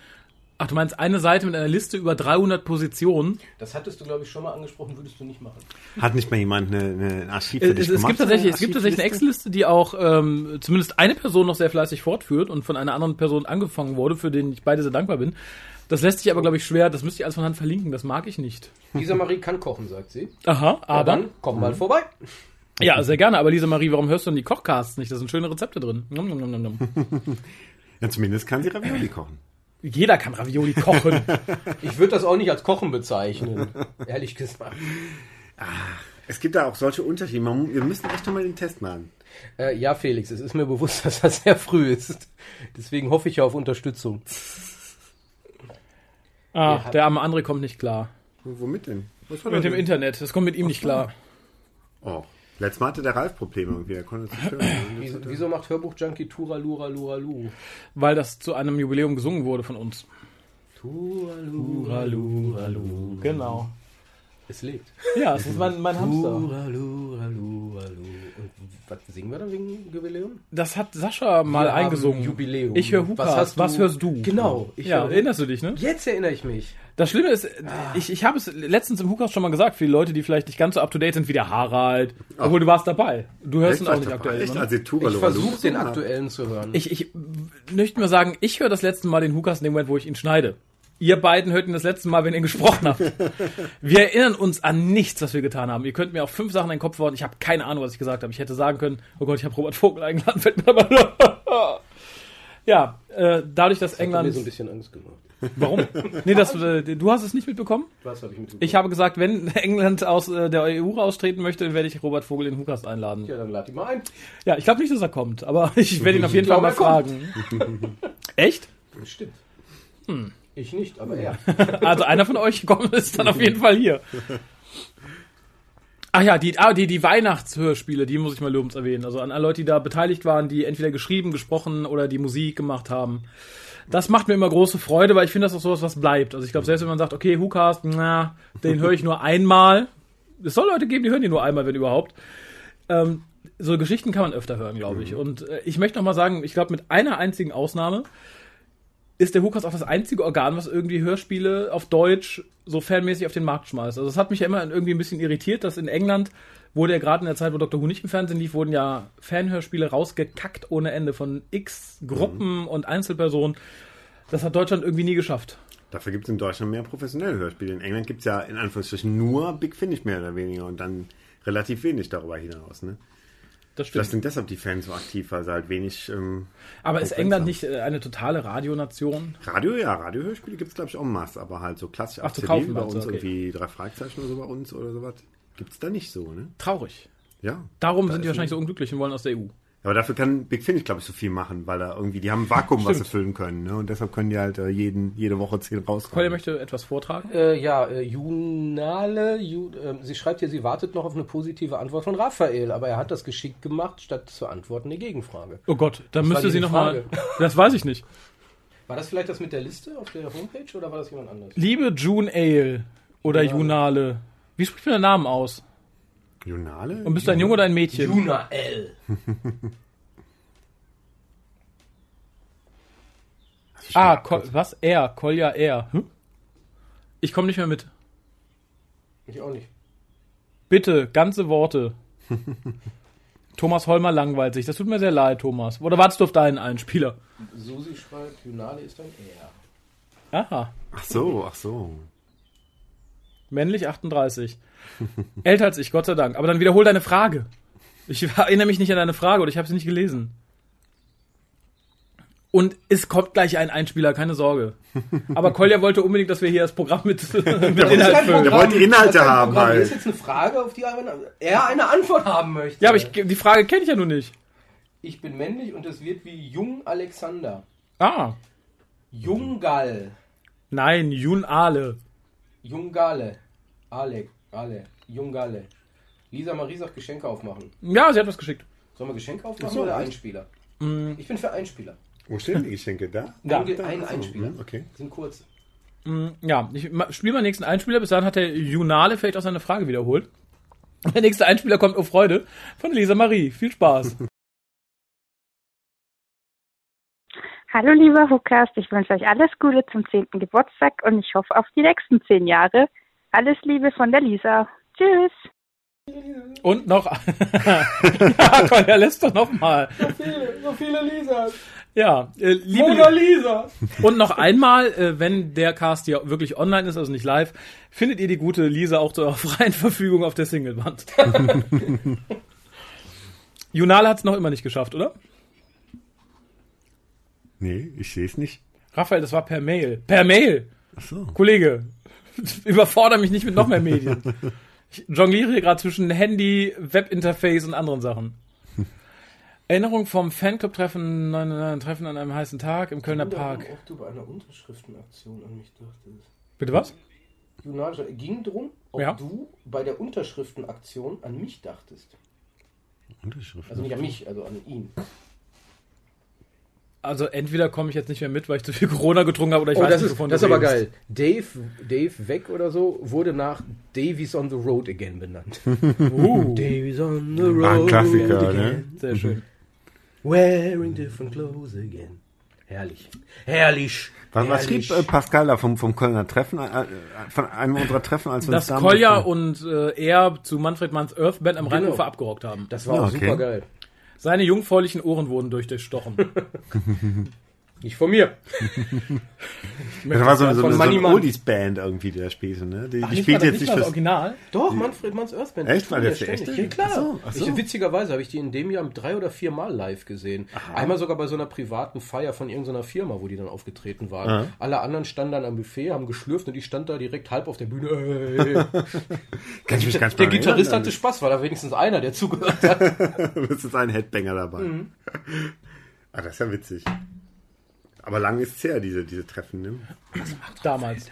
[SPEAKER 1] Ach, du meinst eine Seite mit einer Liste über 300 Positionen?
[SPEAKER 3] Das hattest du, glaube ich, schon mal angesprochen, würdest du nicht machen.
[SPEAKER 2] Hat nicht mal jemand eine, eine ein Archiv für
[SPEAKER 1] Äh, Es, es,
[SPEAKER 2] dich
[SPEAKER 1] es,
[SPEAKER 2] gemacht?
[SPEAKER 1] gibt tatsächlich, es
[SPEAKER 2] Eine
[SPEAKER 1] gibt tatsächlich eine
[SPEAKER 2] Archivliste?
[SPEAKER 1] Excel-Liste, die auch ähm, zumindest eine Person noch sehr fleißig fortführt und von einer anderen Person angefangen wurde, für den ich beide sehr dankbar bin. Das lässt sich aber, glaube ich, schwer. Das müsste ich alles von Hand verlinken. Das mag ich nicht.
[SPEAKER 3] Lisa Marie kann kochen, sagt sie.
[SPEAKER 1] Aha,
[SPEAKER 3] Ja,
[SPEAKER 1] aber.
[SPEAKER 3] dann komm mal vorbei.
[SPEAKER 1] Ja, sehr gerne. Aber Lisa Marie, warum hörst du denn die Kochcasts nicht? Da sind schöne Rezepte drin. Nom, nom, nom, nom, nom.
[SPEAKER 2] Ja, zumindest kann sie Ravioli kochen.
[SPEAKER 1] Jeder kann Ravioli kochen.
[SPEAKER 3] Ich würde das auch nicht als Kochen bezeichnen, ehrlich gesagt.
[SPEAKER 2] Es gibt da auch solche Unterschiede. Man, mu- wir müssen echt nochmal den Test machen.
[SPEAKER 3] Äh, ja, Felix, es ist mir bewusst, dass das sehr früh ist. Deswegen hoffe ich ja auf Unterstützung.
[SPEAKER 1] Ah, der arme André kommt nicht klar.
[SPEAKER 2] W- Womit denn? Was war
[SPEAKER 1] Mit
[SPEAKER 2] da
[SPEAKER 1] dem
[SPEAKER 2] denn?
[SPEAKER 1] Internet. Das kommt mit ihm nicht klar.
[SPEAKER 2] Oh. Letztes Mal hatte der Ralf Probleme irgendwie. Der konnte nicht hören.
[SPEAKER 3] Wieso, wieso macht Hörbuch-Junkie Tura Lura Lura Lu?
[SPEAKER 1] Weil das zu einem Jubiläum gesungen wurde von uns.
[SPEAKER 3] Tura Lura Lu.
[SPEAKER 1] Genau.
[SPEAKER 3] Es lebt.
[SPEAKER 1] Ja, das ist mein, mein Hamster.
[SPEAKER 3] Lura Lura Lura Lu. Und was singen wir da wegen Jubiläum?
[SPEAKER 1] Das hat Sascha mal
[SPEAKER 3] Wir haben
[SPEAKER 1] eingesungen.
[SPEAKER 3] Jubiläum.
[SPEAKER 1] Ich höre Hukas.
[SPEAKER 3] Was hast du-
[SPEAKER 1] Was hörst du?
[SPEAKER 3] Genau, ich
[SPEAKER 1] ja,
[SPEAKER 3] höre-
[SPEAKER 1] erinnerst du dich, ne?
[SPEAKER 3] Jetzt erinnere ich mich.
[SPEAKER 1] Das Schlimme ist, ich, ich habe es letztens im Hukas schon mal gesagt, für die Leute, die vielleicht nicht ganz so up-to-date sind wie der Harald. Obwohl, du warst dabei. Du hörst ihn auch
[SPEAKER 2] Echt?
[SPEAKER 1] nicht aktuell.
[SPEAKER 2] Echt?
[SPEAKER 1] immer, ne?
[SPEAKER 2] Also,
[SPEAKER 3] Ich
[SPEAKER 2] Turalora, du
[SPEAKER 3] versuche
[SPEAKER 2] musst
[SPEAKER 3] den
[SPEAKER 2] mal-
[SPEAKER 3] aktuellen zu hören.
[SPEAKER 1] Ich, ich möchte mal sagen, ich höre das letzte Mal den Hukas in dem Moment, wo ich ihn schneide. Ihr beiden hört ihn das letzte Mal, wenn ihr gesprochen habt. Wir erinnern uns an nichts, was wir getan haben. Ihr könnt mir auch fünf Sachen in den Kopf hauen. Ich habe keine Ahnung, was ich gesagt habe. Ich hätte sagen können, oh Gott, ich habe Robert Vogel eingeladen. Fällt mir aber ja, äh, dadurch, dass
[SPEAKER 3] hat mir
[SPEAKER 1] England...
[SPEAKER 3] so ein bisschen Angst gemacht.
[SPEAKER 1] warum? Nee, das, äh, du hast es nicht mitbekommen?
[SPEAKER 3] Was habe ich mit
[SPEAKER 1] Ich habe gesagt, wenn England aus äh, der EU austreten möchte, dann werde ich Robert Vogel in den Hukas einladen.
[SPEAKER 3] Ja, dann lad ihn mal ein.
[SPEAKER 1] Ja, ich glaube nicht, dass er kommt, aber ich werde ihn auf jeden Fall
[SPEAKER 3] glaub,
[SPEAKER 1] mal
[SPEAKER 3] er kommt.
[SPEAKER 1] fragen. Echt?
[SPEAKER 3] Stimmt.
[SPEAKER 1] Hm.
[SPEAKER 3] Ich nicht, aber er.
[SPEAKER 1] Also einer von euch gekommen ist dann auf jeden Fall hier. Ach ja, die, ah, die, die Weihnachtshörspiele, die muss ich mal lobens erwähnen. Also an alle Leute, die da beteiligt waren, die entweder geschrieben, gesprochen oder die Musik gemacht haben. Das macht mir immer große Freude, weil ich finde, das ist auch sowas, was bleibt. Also ich glaube, selbst wenn man sagt, okay, Hookast, na, den höre ich nur einmal. Es soll Leute geben, die hören die nur einmal, wenn überhaupt. Ähm, so Geschichten kann man öfter hören, glaube ich. Und äh, ich möchte noch mal sagen, ich glaube, mit einer einzigen Ausnahme, ist der Hookast auch das einzige Organ, was irgendwie Hörspiele auf Deutsch so fanmäßig auf den Markt schmeißt. Also das hat mich ja immer irgendwie ein bisschen irritiert, dass in England wurde ja gerade in der Zeit, wo Dr. Who nicht im Fernsehen lief, wurden ja Fanhörspiele rausgekackt ohne Ende von x Gruppen und Einzelpersonen. Das hat Deutschland irgendwie nie geschafft.
[SPEAKER 2] Dafür gibt es in Deutschland mehr professionelle Hörspiele. In England gibt es ja in Anführungsstrichen nur Big Finish mehr oder weniger und dann relativ wenig darüber hinaus. Ne?
[SPEAKER 1] Das
[SPEAKER 2] Vielleicht sind deshalb die Fans so aktiv, weil sie halt wenig. Ähm,
[SPEAKER 1] Aber ist
[SPEAKER 2] Konkurrenz
[SPEAKER 1] England
[SPEAKER 2] haben.
[SPEAKER 1] nicht äh, eine totale Radionation?
[SPEAKER 2] Radio, ja, Radiohörspiele gibt es, glaube ich, auch Mass, aber halt so klassisch
[SPEAKER 1] Ach, zu
[SPEAKER 2] CD
[SPEAKER 1] kaufen
[SPEAKER 2] bei
[SPEAKER 1] meinst
[SPEAKER 2] uns
[SPEAKER 1] du, okay.
[SPEAKER 2] irgendwie drei Fragezeichen oder so bei uns oder sowas. Gibt es da nicht so, ne?
[SPEAKER 1] Traurig.
[SPEAKER 2] Ja.
[SPEAKER 1] Darum
[SPEAKER 2] Da
[SPEAKER 1] sind die
[SPEAKER 2] ist
[SPEAKER 1] wahrscheinlich so unglücklich und wollen aus der E EU.
[SPEAKER 2] Aber dafür kann Big Finish, glaube ich, so viel machen, weil da irgendwie, die haben ein Vakuum, was
[SPEAKER 1] Stimmt.
[SPEAKER 2] sie füllen können, ne? Und deshalb können die halt äh, jeden, jede Woche zehn
[SPEAKER 1] Kolja
[SPEAKER 2] rauskommen.
[SPEAKER 1] möchte etwas vortragen.
[SPEAKER 3] Äh, ja, äh, Junale, Ju, ähm, sie schreibt hier, sie wartet noch auf eine positive Antwort von Raphael, aber er hat das geschickt gemacht, statt zu antworten eine Gegenfrage.
[SPEAKER 1] Oh Gott, dann
[SPEAKER 3] war
[SPEAKER 1] müsste
[SPEAKER 3] die
[SPEAKER 1] sie nochmal.
[SPEAKER 3] Frage.
[SPEAKER 1] Das weiß ich nicht.
[SPEAKER 3] War das vielleicht das mit der Liste auf der Homepage oder war das jemand anders?
[SPEAKER 1] Liebe June Ale oder Junale. Wie spricht man den Namen aus?
[SPEAKER 2] Junale?
[SPEAKER 1] Und bist du ein Junge oder ein Mädchen?
[SPEAKER 3] Juna L.
[SPEAKER 1] ah, Ko was? Er, Kolja R. Hm? Ich komme nicht mehr mit.
[SPEAKER 3] Ich auch nicht.
[SPEAKER 1] Bitte, ganze Worte. Thomas Holmer langweilt sich. Das tut mir sehr leid, Thomas. Oder wartest du auf deinen Einspieler?
[SPEAKER 3] Susi schreibt, Junale ist ein R.
[SPEAKER 1] Aha.
[SPEAKER 2] Ach so, ach so.
[SPEAKER 1] Männlich 38. Älter als ich, Gott sei Dank. Aber dann wiederhol deine Frage. Ich erinnere mich nicht an deine Frage oder ich habe sie nicht gelesen. Und es kommt gleich ein Einspieler, keine Sorge. Aber Kolja wollte unbedingt, dass wir hier das Programm mit, mit Inhalt
[SPEAKER 3] Also, Kein
[SPEAKER 1] füllen.
[SPEAKER 2] Der
[SPEAKER 3] Programm,
[SPEAKER 2] wollte Inhalte
[SPEAKER 3] das ist kein
[SPEAKER 2] haben,
[SPEAKER 3] Programm. Hier
[SPEAKER 2] halt.
[SPEAKER 3] ist jetzt eine Frage, auf die er eine Antwort haben möchte.
[SPEAKER 1] Ja, aber ich, die Frage kenne ich ja nur nicht.
[SPEAKER 3] ich bin männlich und es wird wie Jung Alexander.
[SPEAKER 1] Ah,
[SPEAKER 3] Jungal.
[SPEAKER 1] nein, Jun Ale.
[SPEAKER 3] Jungale. Ale. Ale. Jungale. Lisa Marie sagt Geschenke aufmachen.
[SPEAKER 1] Ja, sie hat was geschickt.
[SPEAKER 3] Sollen wir Geschenke aufmachen
[SPEAKER 2] so,
[SPEAKER 3] oder
[SPEAKER 2] echt?
[SPEAKER 3] Einspieler? Ich bin für Einspieler.
[SPEAKER 2] Wo stehen die Geschenke? Da?
[SPEAKER 1] Ja.
[SPEAKER 3] Ein, ein
[SPEAKER 2] Ach so,
[SPEAKER 3] Einspieler.
[SPEAKER 2] hm, Okay.
[SPEAKER 3] Sind kurz.
[SPEAKER 1] Ja, ich ma- spiel mal nächsten Einspieler. Bis dahin hat der Junale vielleicht auch seine Frage wiederholt. Der nächste Einspieler kommt, oh Freude, von Lisa Marie. Viel Spaß.
[SPEAKER 4] Hallo lieber Hookast, ich wünsche euch alles Gute zum 10. Geburtstag und ich hoffe auf die nächsten 10 Jahre. Alles Liebe von der Lisa. Tschüss.
[SPEAKER 1] Und noch. ja, Kolja, lässt doch noch mal.
[SPEAKER 3] So viele, so viele Lisas.
[SPEAKER 1] Ja, äh, liebe
[SPEAKER 5] Mona Lisa!
[SPEAKER 1] Und noch einmal, äh, wenn der Cast hier wirklich online ist, also nicht live, findet ihr die gute Lisa auch zur freien Verfügung auf der Singleband. Junal hat es noch immer nicht geschafft, oder?
[SPEAKER 2] Nee, ich sehe es nicht.
[SPEAKER 1] Raphael, das war per Mail. Per Mail!
[SPEAKER 2] Ach so.
[SPEAKER 1] Kollege, überfordere mich nicht mit noch mehr Medien. Ich jongliere hier gerade zwischen Handy, Webinterface und anderen Sachen. Erinnerung vom Fanclub-Treffen, 99 Treffen an einem heißen Tag im Kölner Park.
[SPEAKER 3] Ob du bei einer Unterschriftenaktion an mich dachtest.
[SPEAKER 1] Bitte was?
[SPEAKER 3] Junage, ging drum, ob
[SPEAKER 1] Ja.
[SPEAKER 3] du bei der Unterschriftenaktion an mich dachtest.
[SPEAKER 2] Unterschrift.
[SPEAKER 3] Also nicht an mich, also an ihn.
[SPEAKER 1] Also entweder komme ich jetzt nicht mehr mit, weil ich zu viel Corona getrunken habe oder ich
[SPEAKER 3] Oh,
[SPEAKER 1] weiß nicht, wovon du redest.
[SPEAKER 3] Dave, Dave Weg oder so wurde nach Davies on the Road again benannt.
[SPEAKER 1] Uh,
[SPEAKER 3] Davies on the
[SPEAKER 1] Oh,
[SPEAKER 3] Road.
[SPEAKER 2] Ah, ein Klassiker, ne?
[SPEAKER 1] sehr schön.
[SPEAKER 3] Wearing different clothes again. Herrlich. Herrlich.
[SPEAKER 2] Was, was
[SPEAKER 3] Herrlich.
[SPEAKER 2] schrieb äh, Pascal da vom, vom Kölner Treffen, äh, äh, von einem unserer Treffen, als wir
[SPEAKER 1] Dass
[SPEAKER 2] damals-
[SPEAKER 1] Kolja und äh, er zu Manfred Manns Earth Band am
[SPEAKER 2] Genau.
[SPEAKER 1] Rheinufer abgerockt haben.
[SPEAKER 3] Das war auch
[SPEAKER 2] Okay.
[SPEAKER 3] super geil.
[SPEAKER 1] Seine jungfräulichen Ohren wurden durchgestochen.
[SPEAKER 3] Nicht von mir.
[SPEAKER 2] Das war so, so, so,
[SPEAKER 3] von
[SPEAKER 2] so
[SPEAKER 3] Money
[SPEAKER 2] eine
[SPEAKER 3] Man.
[SPEAKER 2] Oldies-Band irgendwie, der Späße, ne? Die, die
[SPEAKER 1] Nicht
[SPEAKER 2] spielt
[SPEAKER 1] mal-
[SPEAKER 2] jetzt
[SPEAKER 1] nicht
[SPEAKER 2] nicht
[SPEAKER 1] mal das
[SPEAKER 2] fürs...
[SPEAKER 1] Original.
[SPEAKER 3] Doch, Manfred Manns Earthband.
[SPEAKER 2] Echt?
[SPEAKER 3] Ich
[SPEAKER 2] War
[SPEAKER 3] spiele
[SPEAKER 2] das der
[SPEAKER 3] ständig.
[SPEAKER 2] echte?
[SPEAKER 3] Ja, klar.
[SPEAKER 2] Ach so, ach so.
[SPEAKER 3] Ich, witzigerweise habe ich die in dem Jahr drei oder vier Mal live gesehen. Einmal sogar bei so einer privaten Feier von irgendeiner Firma, wo die dann aufgetreten waren. Alle anderen standen dann am Buffet, haben geschlürft und ich stand da direkt halb auf der Bühne. Äh,
[SPEAKER 2] Kann ich mich ganz ne?
[SPEAKER 3] Der Gitarrist hatte Spaß, war da wenigstens einer, der zugehört hat.
[SPEAKER 2] Das ist ein Headbanger dabei.
[SPEAKER 3] Mhm.
[SPEAKER 2] Ah, das ist ja witzig. Aber lang ist es her, diese, diese Treffen, ne?
[SPEAKER 1] Damals.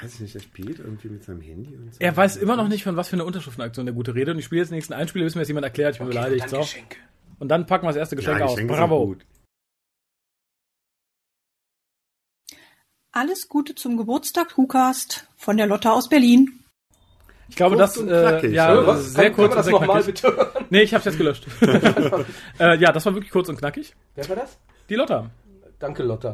[SPEAKER 2] Weiß ich nicht, er spielt irgendwie mit seinem Handy und so.
[SPEAKER 1] Er weiß immer noch nicht, von was für einer Unterschriftenaktion der gute Rede. Und ich spiele jetzt den nächsten Einspieler, bis mir das jemand erklärt. Ich bin beleidigt. So.
[SPEAKER 3] Äh,
[SPEAKER 1] Und dann packen wir das erste Geschenk
[SPEAKER 2] ja,
[SPEAKER 1] aus.
[SPEAKER 2] Geschenke sind
[SPEAKER 1] Bravo.
[SPEAKER 2] gut.
[SPEAKER 6] Alles Gute zum Geburtstag, Hukast, von der Lotta aus Berlin.
[SPEAKER 1] Ich glaube,
[SPEAKER 2] Kurz
[SPEAKER 1] das
[SPEAKER 2] und
[SPEAKER 1] äh,
[SPEAKER 2] knackig,
[SPEAKER 1] ja,
[SPEAKER 2] oder?
[SPEAKER 1] das ist sehr kurz und
[SPEAKER 3] das
[SPEAKER 1] sehr
[SPEAKER 3] nochmal
[SPEAKER 1] knackig.
[SPEAKER 3] bitte hören?
[SPEAKER 1] Nee, ich habe jetzt gelöscht. äh, ja, das war wirklich kurz und knackig.
[SPEAKER 3] Wer war das?
[SPEAKER 1] Die Lotta.
[SPEAKER 3] Danke, Lotta.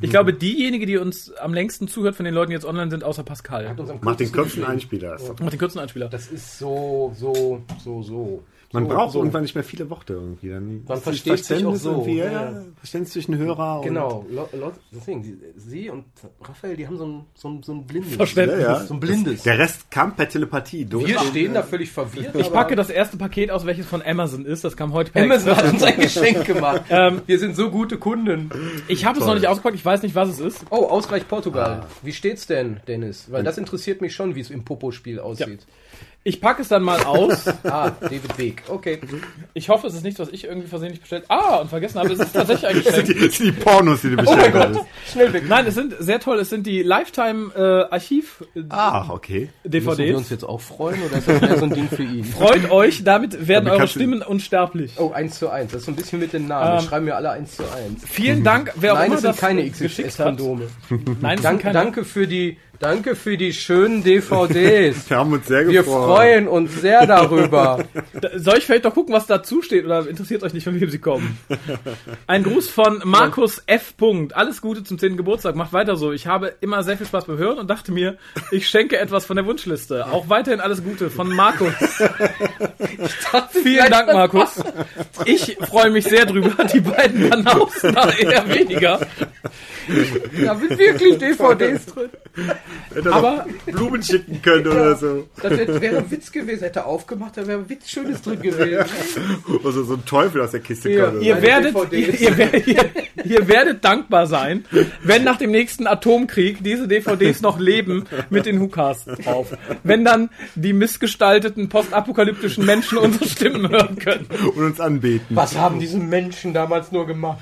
[SPEAKER 2] Mhm.
[SPEAKER 1] Ich glaube, diejenige, die uns am längsten zuhört von den Leuten, die jetzt online sind, außer Pascal.
[SPEAKER 3] Hat uns am
[SPEAKER 2] Mach den
[SPEAKER 3] kürzesten
[SPEAKER 2] Köpfen Einspieler.
[SPEAKER 3] Oh.
[SPEAKER 2] Das ist doch-
[SPEAKER 1] Mach den kurzen Einspieler.
[SPEAKER 3] Das ist so, so, so, so.
[SPEAKER 2] Man
[SPEAKER 3] so,
[SPEAKER 2] braucht
[SPEAKER 3] Oh, so.
[SPEAKER 2] irgendwann nicht mehr viele Worte irgendwie. Dann,
[SPEAKER 3] Man
[SPEAKER 2] ist
[SPEAKER 3] versteht sich
[SPEAKER 2] Verständnis
[SPEAKER 3] auch so,
[SPEAKER 2] irgendwie,
[SPEAKER 3] ja.
[SPEAKER 2] Ja, ja. Verständnis zwischen Hörer
[SPEAKER 3] Genau, Lo- Lo- deswegen, sie- sie und Raphael, die haben so ein, so ein, so ein blindes.
[SPEAKER 2] und...
[SPEAKER 1] Verständnis.
[SPEAKER 2] Ja, ja.
[SPEAKER 3] So ein blindes.
[SPEAKER 2] Der Rest kam per Telepathie durch.
[SPEAKER 3] Wir stehen da völlig verwirrt.
[SPEAKER 1] Ich packe das erste Paket aus, welches von Amazon ist. Das kam heute per
[SPEAKER 3] Amazon
[SPEAKER 1] Express.
[SPEAKER 3] hat uns ein Geschenk gemacht.
[SPEAKER 1] Ähm,
[SPEAKER 3] Wir sind so gute Kunden.
[SPEAKER 1] Ich habe es noch
[SPEAKER 2] Toll.
[SPEAKER 1] nicht ausgepackt. Ich weiß nicht, was es ist.
[SPEAKER 3] Oh, Ausgleich Portugal. Wie steht's denn, Dennis? Weil das interessiert mich schon, wie es im Popo-Spiel aussieht.
[SPEAKER 1] Ich packe es dann mal aus.
[SPEAKER 3] Ah, David Beek. Okay.
[SPEAKER 1] Ich hoffe, es ist nichts, was ich irgendwie versehentlich bestellt Ah, und vergessen habe. Es ist tatsächlich ein
[SPEAKER 2] Das sind
[SPEAKER 1] Geschenk.
[SPEAKER 2] die, das sind die Pornos,
[SPEAKER 3] Oh
[SPEAKER 2] die du bestellt hast.
[SPEAKER 3] Schnell weg.
[SPEAKER 1] Nein, es sind sehr toll. Es sind die äh, Lifetime-Archiv-DVDs.
[SPEAKER 3] Ah.
[SPEAKER 2] Ach, Ah, okay.
[SPEAKER 3] Müssen wir uns jetzt auch freuen oder ist das mehr so ein Ding für ihn?
[SPEAKER 1] Freut euch, damit werden
[SPEAKER 2] Damit
[SPEAKER 1] eure
[SPEAKER 2] kannst du-
[SPEAKER 1] Stimmen unsterblich.
[SPEAKER 3] Oh, 1 zu 1. Das ist so ein bisschen mit den Namen.
[SPEAKER 1] Ähm,
[SPEAKER 3] Schreiben wir alle 1 zu 1.
[SPEAKER 1] Vielen Dank, wer auch
[SPEAKER 3] Nein,
[SPEAKER 1] immer
[SPEAKER 3] es sind
[SPEAKER 1] das
[SPEAKER 3] keine
[SPEAKER 1] geschickt hat.
[SPEAKER 3] XXS-Kondome.
[SPEAKER 1] Nein, es sind
[SPEAKER 3] Dank,
[SPEAKER 1] keine.
[SPEAKER 3] danke, für die, danke für die schönen DVDs.
[SPEAKER 2] Wir haben uns sehr
[SPEAKER 3] Wir
[SPEAKER 2] gefreut.
[SPEAKER 3] freuen uns sehr darüber.
[SPEAKER 1] Da- Soll ich vielleicht doch gucken, was dazu steht oder interessiert euch nicht, von wem sie kommen? Ein Gruß von Markus F. Punkt. Alles Gute zum 10. Geburtstag. Macht weiter so. Ich habe immer sehr viel Spaß beim Hören und dachte mir, ich schenke etwas von der Wunschliste. Auch weiterhin alles Gute von Markus. Vielen Dank, Markus. Ich freue mich sehr drüber. Die beiden Banausen eher weniger.
[SPEAKER 3] Da sind wirklich DVDs drin.
[SPEAKER 2] Hätte
[SPEAKER 1] Aber
[SPEAKER 2] noch Blumen schicken können oder so.
[SPEAKER 3] Das wär- wäre ein Witz gewesen. Hätte aufgemacht, da wäre ein Witz Schönes drin gewesen.
[SPEAKER 2] Oder so, so ein Teufel aus der Kiste
[SPEAKER 3] Ja,
[SPEAKER 2] kommt.
[SPEAKER 3] ihr
[SPEAKER 1] Ihr
[SPEAKER 2] oder
[SPEAKER 3] Meine
[SPEAKER 1] werdet, ihr,
[SPEAKER 3] DVDs.
[SPEAKER 1] ihr, wer- ihr, ihr werdet dankbar sein, wenn nach dem nächsten Atomkrieg diese DVDs noch leben mit den Hukas drauf. Wenn dann die missgestalteten postapokalyptischen Menschen unsere Stimmen hören können.
[SPEAKER 2] so. Und uns anbeten.
[SPEAKER 3] Was haben diese Menschen damals nur gemacht?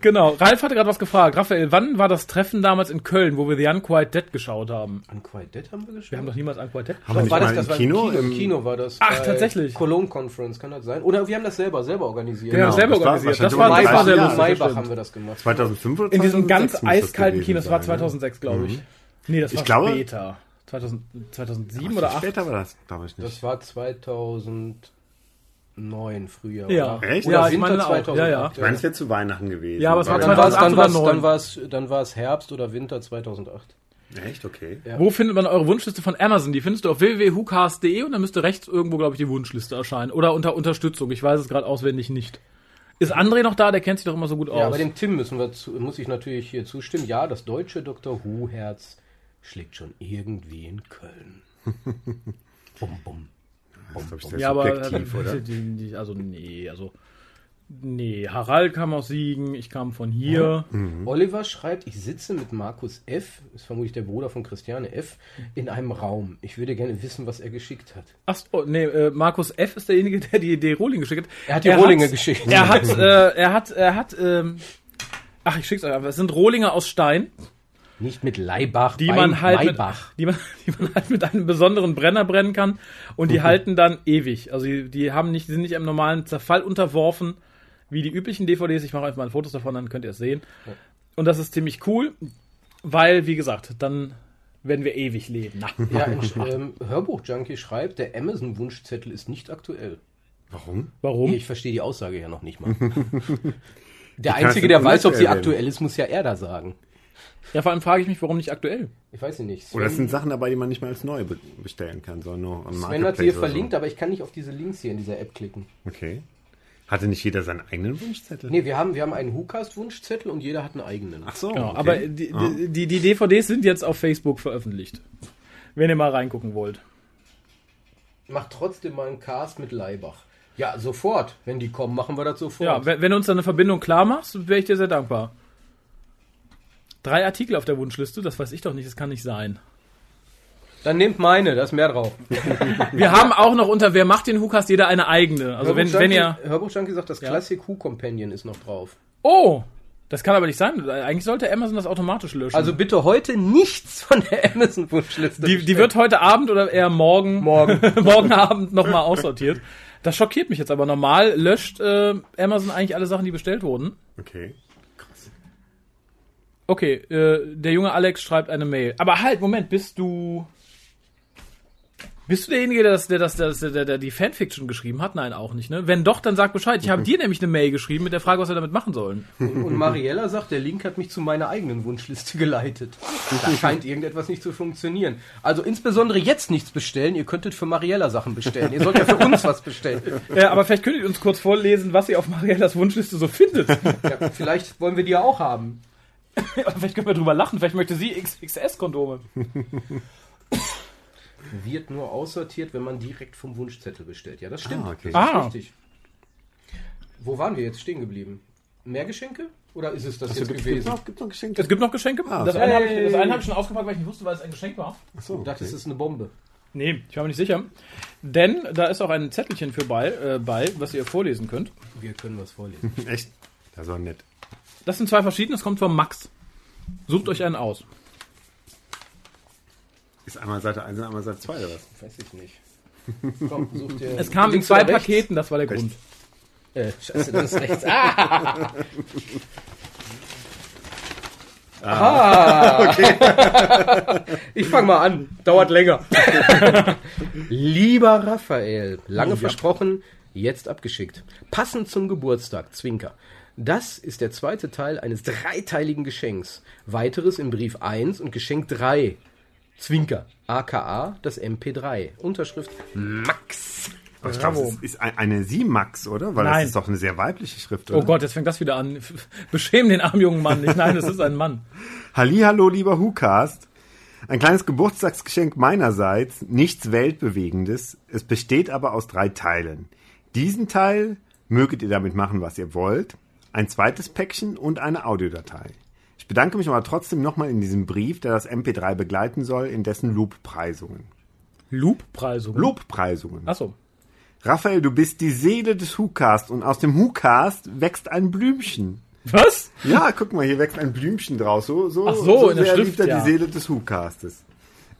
[SPEAKER 1] Genau. Ralf hatte gerade was gefragt. Raphael, wann war das Treffen damals in Köln, wo wir The Unquiet Dead geschaut haben?
[SPEAKER 3] Unquiet Dead haben wir
[SPEAKER 1] Wir haben
[SPEAKER 3] geschaut.
[SPEAKER 1] doch niemals Unquiet Dead
[SPEAKER 2] Haben wir nicht
[SPEAKER 3] War das,
[SPEAKER 2] mal
[SPEAKER 3] das
[SPEAKER 2] im
[SPEAKER 3] war
[SPEAKER 2] Kino?
[SPEAKER 3] Im Kino,
[SPEAKER 2] Im-
[SPEAKER 3] Kino war das.
[SPEAKER 1] Ach,
[SPEAKER 3] bei
[SPEAKER 1] tatsächlich.
[SPEAKER 3] Cologne Conference, kann das sein? Oder wir haben das selber, selber organisiert.
[SPEAKER 1] Wir haben
[SPEAKER 2] Genau,
[SPEAKER 1] selber
[SPEAKER 2] das war
[SPEAKER 1] organisiert. Das war,
[SPEAKER 2] wahrscheinlich
[SPEAKER 1] das war
[SPEAKER 2] vor
[SPEAKER 1] sehr
[SPEAKER 2] drei
[SPEAKER 3] Maybach,
[SPEAKER 2] Jahren.
[SPEAKER 1] lustig.
[SPEAKER 3] Maybach
[SPEAKER 1] das
[SPEAKER 3] haben
[SPEAKER 1] stimmt.
[SPEAKER 3] wir das gemacht.
[SPEAKER 2] 2005 oder
[SPEAKER 1] In diesem
[SPEAKER 2] 2006
[SPEAKER 1] ganz
[SPEAKER 2] muss das
[SPEAKER 1] eiskalten
[SPEAKER 2] gewesen
[SPEAKER 1] Kino, das war
[SPEAKER 2] sein, ne?
[SPEAKER 1] 2006, glaube ich. Nee, das
[SPEAKER 2] Ich
[SPEAKER 1] war
[SPEAKER 2] glaube-
[SPEAKER 1] später. 2000, 2007
[SPEAKER 2] Ach,
[SPEAKER 1] oder 8.
[SPEAKER 2] Später war das, glaube ich, nicht.
[SPEAKER 3] Das war 2009, Frühjahr.
[SPEAKER 1] Ja.
[SPEAKER 3] oder?
[SPEAKER 2] Echt?
[SPEAKER 3] Oder
[SPEAKER 1] Ja, ich
[SPEAKER 3] Winter
[SPEAKER 1] meine auch.
[SPEAKER 3] 2008.
[SPEAKER 1] Ja, ja.
[SPEAKER 2] ich meine, es wäre zu Weihnachten gewesen.
[SPEAKER 1] Ja, aber es war
[SPEAKER 2] Weil-
[SPEAKER 3] Dann war äh, es
[SPEAKER 1] 2008
[SPEAKER 3] dann war's,
[SPEAKER 1] oder
[SPEAKER 3] dann
[SPEAKER 1] 2009.
[SPEAKER 3] war's, dann war's Herbst oder Winter 2008.
[SPEAKER 2] Echt? Okay.
[SPEAKER 3] Ja.
[SPEAKER 1] Wo findet man eure Wunschliste von Amazon? Die findest du auf www.hucast.de und dann müsste rechts irgendwo, glaube ich, die Wunschliste erscheinen. Oder unter Unterstützung. Ich weiß es gerade auswendig nicht. Ist André noch da? Der kennt sich doch immer so gut aus.
[SPEAKER 3] Ja, bei dem Tim müssen wir zu, muss ich natürlich hier zustimmen. Ja, das deutsche Dr. Who-Herz schlägt schon irgendwie in Köln. bum, bum.
[SPEAKER 2] Das ist, glaub ich, sehr
[SPEAKER 1] Ja, aber
[SPEAKER 2] subjektiv,
[SPEAKER 1] äh,
[SPEAKER 2] oder?
[SPEAKER 1] die- die- also nee, also nee, Harald kam aus Siegen, ich kam von hier.
[SPEAKER 3] Oliver schreibt, ich sitze mit Markus F., ist vermutlich der Bruder von Christiane F., in einem Raum. Ich würde gerne wissen, was er geschickt hat.
[SPEAKER 1] Ach so, nee, äh, Markus F ist derjenige, der die Idee Rohling geschickt hat.
[SPEAKER 3] Er hat die Rohlinge
[SPEAKER 1] hat's-
[SPEAKER 3] geschickt.
[SPEAKER 1] Er hat, äh, er hat, er hat, ähm, ach, ich schick's euch einfach. Es sind Rohlinge aus Stein,
[SPEAKER 3] Nicht mit Leibach,
[SPEAKER 1] die
[SPEAKER 3] beim
[SPEAKER 1] man halt, mit,
[SPEAKER 3] Maybach.
[SPEAKER 1] die man, die man halt mit einem besonderen Brenner brennen kann und die halten dann ewig. Also die, die haben nicht, die sind nicht einem normalen Zerfall unterworfen wie die üblichen DVDs. Ich mache einfach mal Fotos davon, dann könnt ihr es sehen. Und das ist ziemlich cool, weil, wie gesagt, dann werden wir ewig leben. Na.
[SPEAKER 3] Ja, ein, ähm, Hörbuch-Junkie schreibt, der Amazon-Wunschzettel ist nicht aktuell.
[SPEAKER 2] Warum?
[SPEAKER 1] Warum?
[SPEAKER 3] Ich verstehe die Aussage ja noch nicht mal. Der
[SPEAKER 2] kannst du
[SPEAKER 3] Einzige, der
[SPEAKER 2] nicht
[SPEAKER 3] weiß, ob sie
[SPEAKER 2] erwähnen.
[SPEAKER 3] aktuell ist, muss ja er da sagen.
[SPEAKER 1] Ja, vor allem frage ich mich, warum nicht aktuell?
[SPEAKER 3] Ich weiß es nicht. Sven,
[SPEAKER 2] Oder es Oh, sind Sachen dabei, die man nicht mehr als neu be- bestellen kann, sondern nur am
[SPEAKER 3] Sven hat
[SPEAKER 2] Marketplace
[SPEAKER 3] sie hier
[SPEAKER 2] oder
[SPEAKER 3] verlinkt, aber ich kann nicht auf diese Links hier in dieser App klicken.
[SPEAKER 2] So. Okay. Hatte nicht jeder seinen eigenen Wunschzettel?
[SPEAKER 3] Nee, wir haben, wir haben einen WhoCast-Wunschzettel und jeder hat einen eigenen.
[SPEAKER 2] Ach so.
[SPEAKER 1] Genau,
[SPEAKER 2] Oh, okay.
[SPEAKER 1] aber die, die, die DVDs sind jetzt auf Facebook veröffentlicht. Wenn ihr mal reingucken wollt.
[SPEAKER 3] Macht trotzdem mal einen Cast mit Leibach. Ja, sofort. Wenn die kommen, machen wir das
[SPEAKER 1] Ja,
[SPEAKER 3] sofort.
[SPEAKER 1] wenn, wenn du uns da eine Verbindung klar machst, wäre ich dir sehr dankbar. Drei Artikel auf der Wunschliste, das weiß ich doch nicht, das kann nicht sein.
[SPEAKER 3] Dann nehmt meine, da ist mehr drauf.
[SPEAKER 1] Wir haben auch noch unter Wer macht den Hukas jeder eine eigene. Also wenn, wenn ihr.
[SPEAKER 3] Hörbuchjunkie sagt, das Classic Who Companion ist noch drauf.
[SPEAKER 1] Oh! Das kann aber nicht sein. Eigentlich sollte Amazon das automatisch löschen.
[SPEAKER 3] Also bitte heute nichts von der Amazon-Wunschliste.
[SPEAKER 1] die, die wird heute Abend oder eher morgen,
[SPEAKER 3] morgen.
[SPEAKER 1] morgen Abend nochmal aussortiert. Das schockiert mich jetzt aber. Normal löscht äh, Amazon eigentlich alle Sachen, die bestellt wurden.
[SPEAKER 2] Okay.
[SPEAKER 1] Okay, äh, der junge Alex schreibt eine Mail. Aber halt, Moment, bist du. Bist du derjenige, der, das, der, das, der, der, der die Fanfiction geschrieben hat? Nein, auch nicht, ne? Wenn doch, dann sag Bescheid. Ich habe dir nämlich eine Mail geschrieben mit der Frage, was wir damit machen sollen.
[SPEAKER 3] Und, und Mariella sagt, der Link hat mich zu meiner eigenen Wunschliste geleitet. Da scheint irgendetwas nicht zu funktionieren. Also insbesondere jetzt nichts bestellen. Ihr könntet für Mariella Sachen bestellen. Ihr sollt ja für uns was bestellen.
[SPEAKER 1] äh, aber vielleicht könnt ihr uns kurz vorlesen, was ihr auf Mariellas Wunschliste so findet.
[SPEAKER 3] Ja, vielleicht wollen wir die ja auch haben.
[SPEAKER 1] vielleicht können wir drüber lachen. Vielleicht möchte sie XXS-Kondome.
[SPEAKER 3] Wird nur aussortiert, wenn man direkt vom Wunschzettel bestellt. Ja, das stimmt.
[SPEAKER 2] Ah, okay.
[SPEAKER 3] Das ist
[SPEAKER 1] Ah.
[SPEAKER 3] richtig. Wo waren wir jetzt stehen geblieben? Mehr Geschenke? Oder ist es das
[SPEAKER 2] Also
[SPEAKER 3] jetzt
[SPEAKER 2] gibt's, gibt's
[SPEAKER 3] gewesen?
[SPEAKER 2] noch, gibt's noch Geschenke?
[SPEAKER 1] Es gibt noch Geschenke.
[SPEAKER 2] Ah,
[SPEAKER 1] das,
[SPEAKER 2] so.
[SPEAKER 1] eine hab ich, das eine habe ich schon ausgepackt, weil ich nicht wusste, weil es ein Geschenk war.
[SPEAKER 2] Ach so,
[SPEAKER 3] Ich dachte, es
[SPEAKER 2] okay.
[SPEAKER 3] ist eine Bombe.
[SPEAKER 1] Nee, ich war mir nicht sicher. Denn da ist auch ein Zettelchen für bei, äh, bei was ihr vorlesen könnt.
[SPEAKER 3] Wir können was vorlesen.
[SPEAKER 2] Echt? Das war nett.
[SPEAKER 1] Das sind zwei verschiedene, das kommt von Max. Sucht euch einen aus.
[SPEAKER 2] Ist einmal Seite 1 und einmal Seite 2 oder was?
[SPEAKER 3] Weiß ich nicht. Komm, such dir.
[SPEAKER 1] Es kam in
[SPEAKER 3] Links
[SPEAKER 1] zwei
[SPEAKER 3] oder rechts?
[SPEAKER 1] Paketen, das war der Grund.
[SPEAKER 3] Äh, scheiße, das ist rechts. Ah! Ah. Ich fange mal an. Dauert länger. Lieber Raphael, lange versprochen, jetzt abgeschickt. Passend zum Geburtstag, Zwinker. Das ist der zweite Teil eines dreiteiligen Geschenks. Weiteres im Brief 1 und Geschenk 3. Zwinker, aka das MP3. Unterschrift Max.
[SPEAKER 2] Aber ich glaube, es ist, ist ein- eine Sie Max, oder? Weil
[SPEAKER 1] Nein.
[SPEAKER 2] das ist doch eine sehr weibliche Schrift, oder?
[SPEAKER 1] Oh Gott, jetzt fängt das wieder an. Beschämen den armen jungen Mann nicht. Nein, es ist ein Mann.
[SPEAKER 2] Hallihallo, lieber Hukast. Ein kleines Geburtstagsgeschenk meinerseits, nichts Weltbewegendes. Es besteht aber aus drei Teilen. Diesen Teil möget ihr damit machen, was ihr wollt. Ein zweites Päckchen und eine Audiodatei. Ich bedanke mich aber trotzdem nochmal in diesem Brief, der das MP3 begleiten soll, in dessen Lobpreisungen.
[SPEAKER 1] Loop-Preisung.
[SPEAKER 2] Lobpreisungen.
[SPEAKER 1] Achso.
[SPEAKER 2] Raphael, du bist die Seele des Hukast und aus dem Hukast wächst ein Blümchen.
[SPEAKER 1] Was?
[SPEAKER 2] Ja, guck mal, hier wächst ein Blümchen draus. So, so,
[SPEAKER 1] Ach so, in der
[SPEAKER 2] sehr
[SPEAKER 1] Schrift,
[SPEAKER 2] liebt er
[SPEAKER 1] ja.
[SPEAKER 2] die Seele des Hukastes.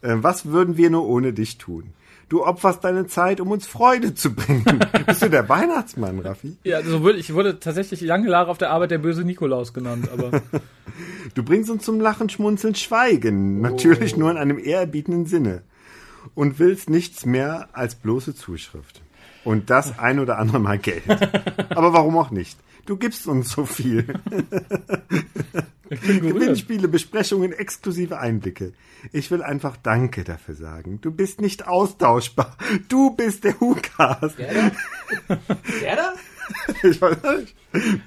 [SPEAKER 2] Äh, was würden wir nur ohne dich tun? Du opferst deine Zeit, um uns Freude zu bringen. Bist du der Weihnachtsmann, Raffi?
[SPEAKER 1] Ja, so würde ich wurde tatsächlich lange Jahre auf der Arbeit der böse Nikolaus genannt, aber
[SPEAKER 2] Du bringst uns zum Lachen, Schmunzeln, Schweigen. Natürlich
[SPEAKER 1] Oh.
[SPEAKER 2] nur in einem ehrerbietenden Sinne. Und willst nichts mehr als bloße Zuschrift. Und das ein oder andere Mal Geld. Aber warum auch nicht? Du gibst uns so viel.
[SPEAKER 1] ich bin gerührt.
[SPEAKER 2] Gewinnspiele, Besprechungen, exklusive Einblicke. Ich will einfach Danke dafür sagen. Du bist nicht austauschbar. Du bist der Hukas.
[SPEAKER 3] Der da? Der da?
[SPEAKER 2] ich weiß nicht.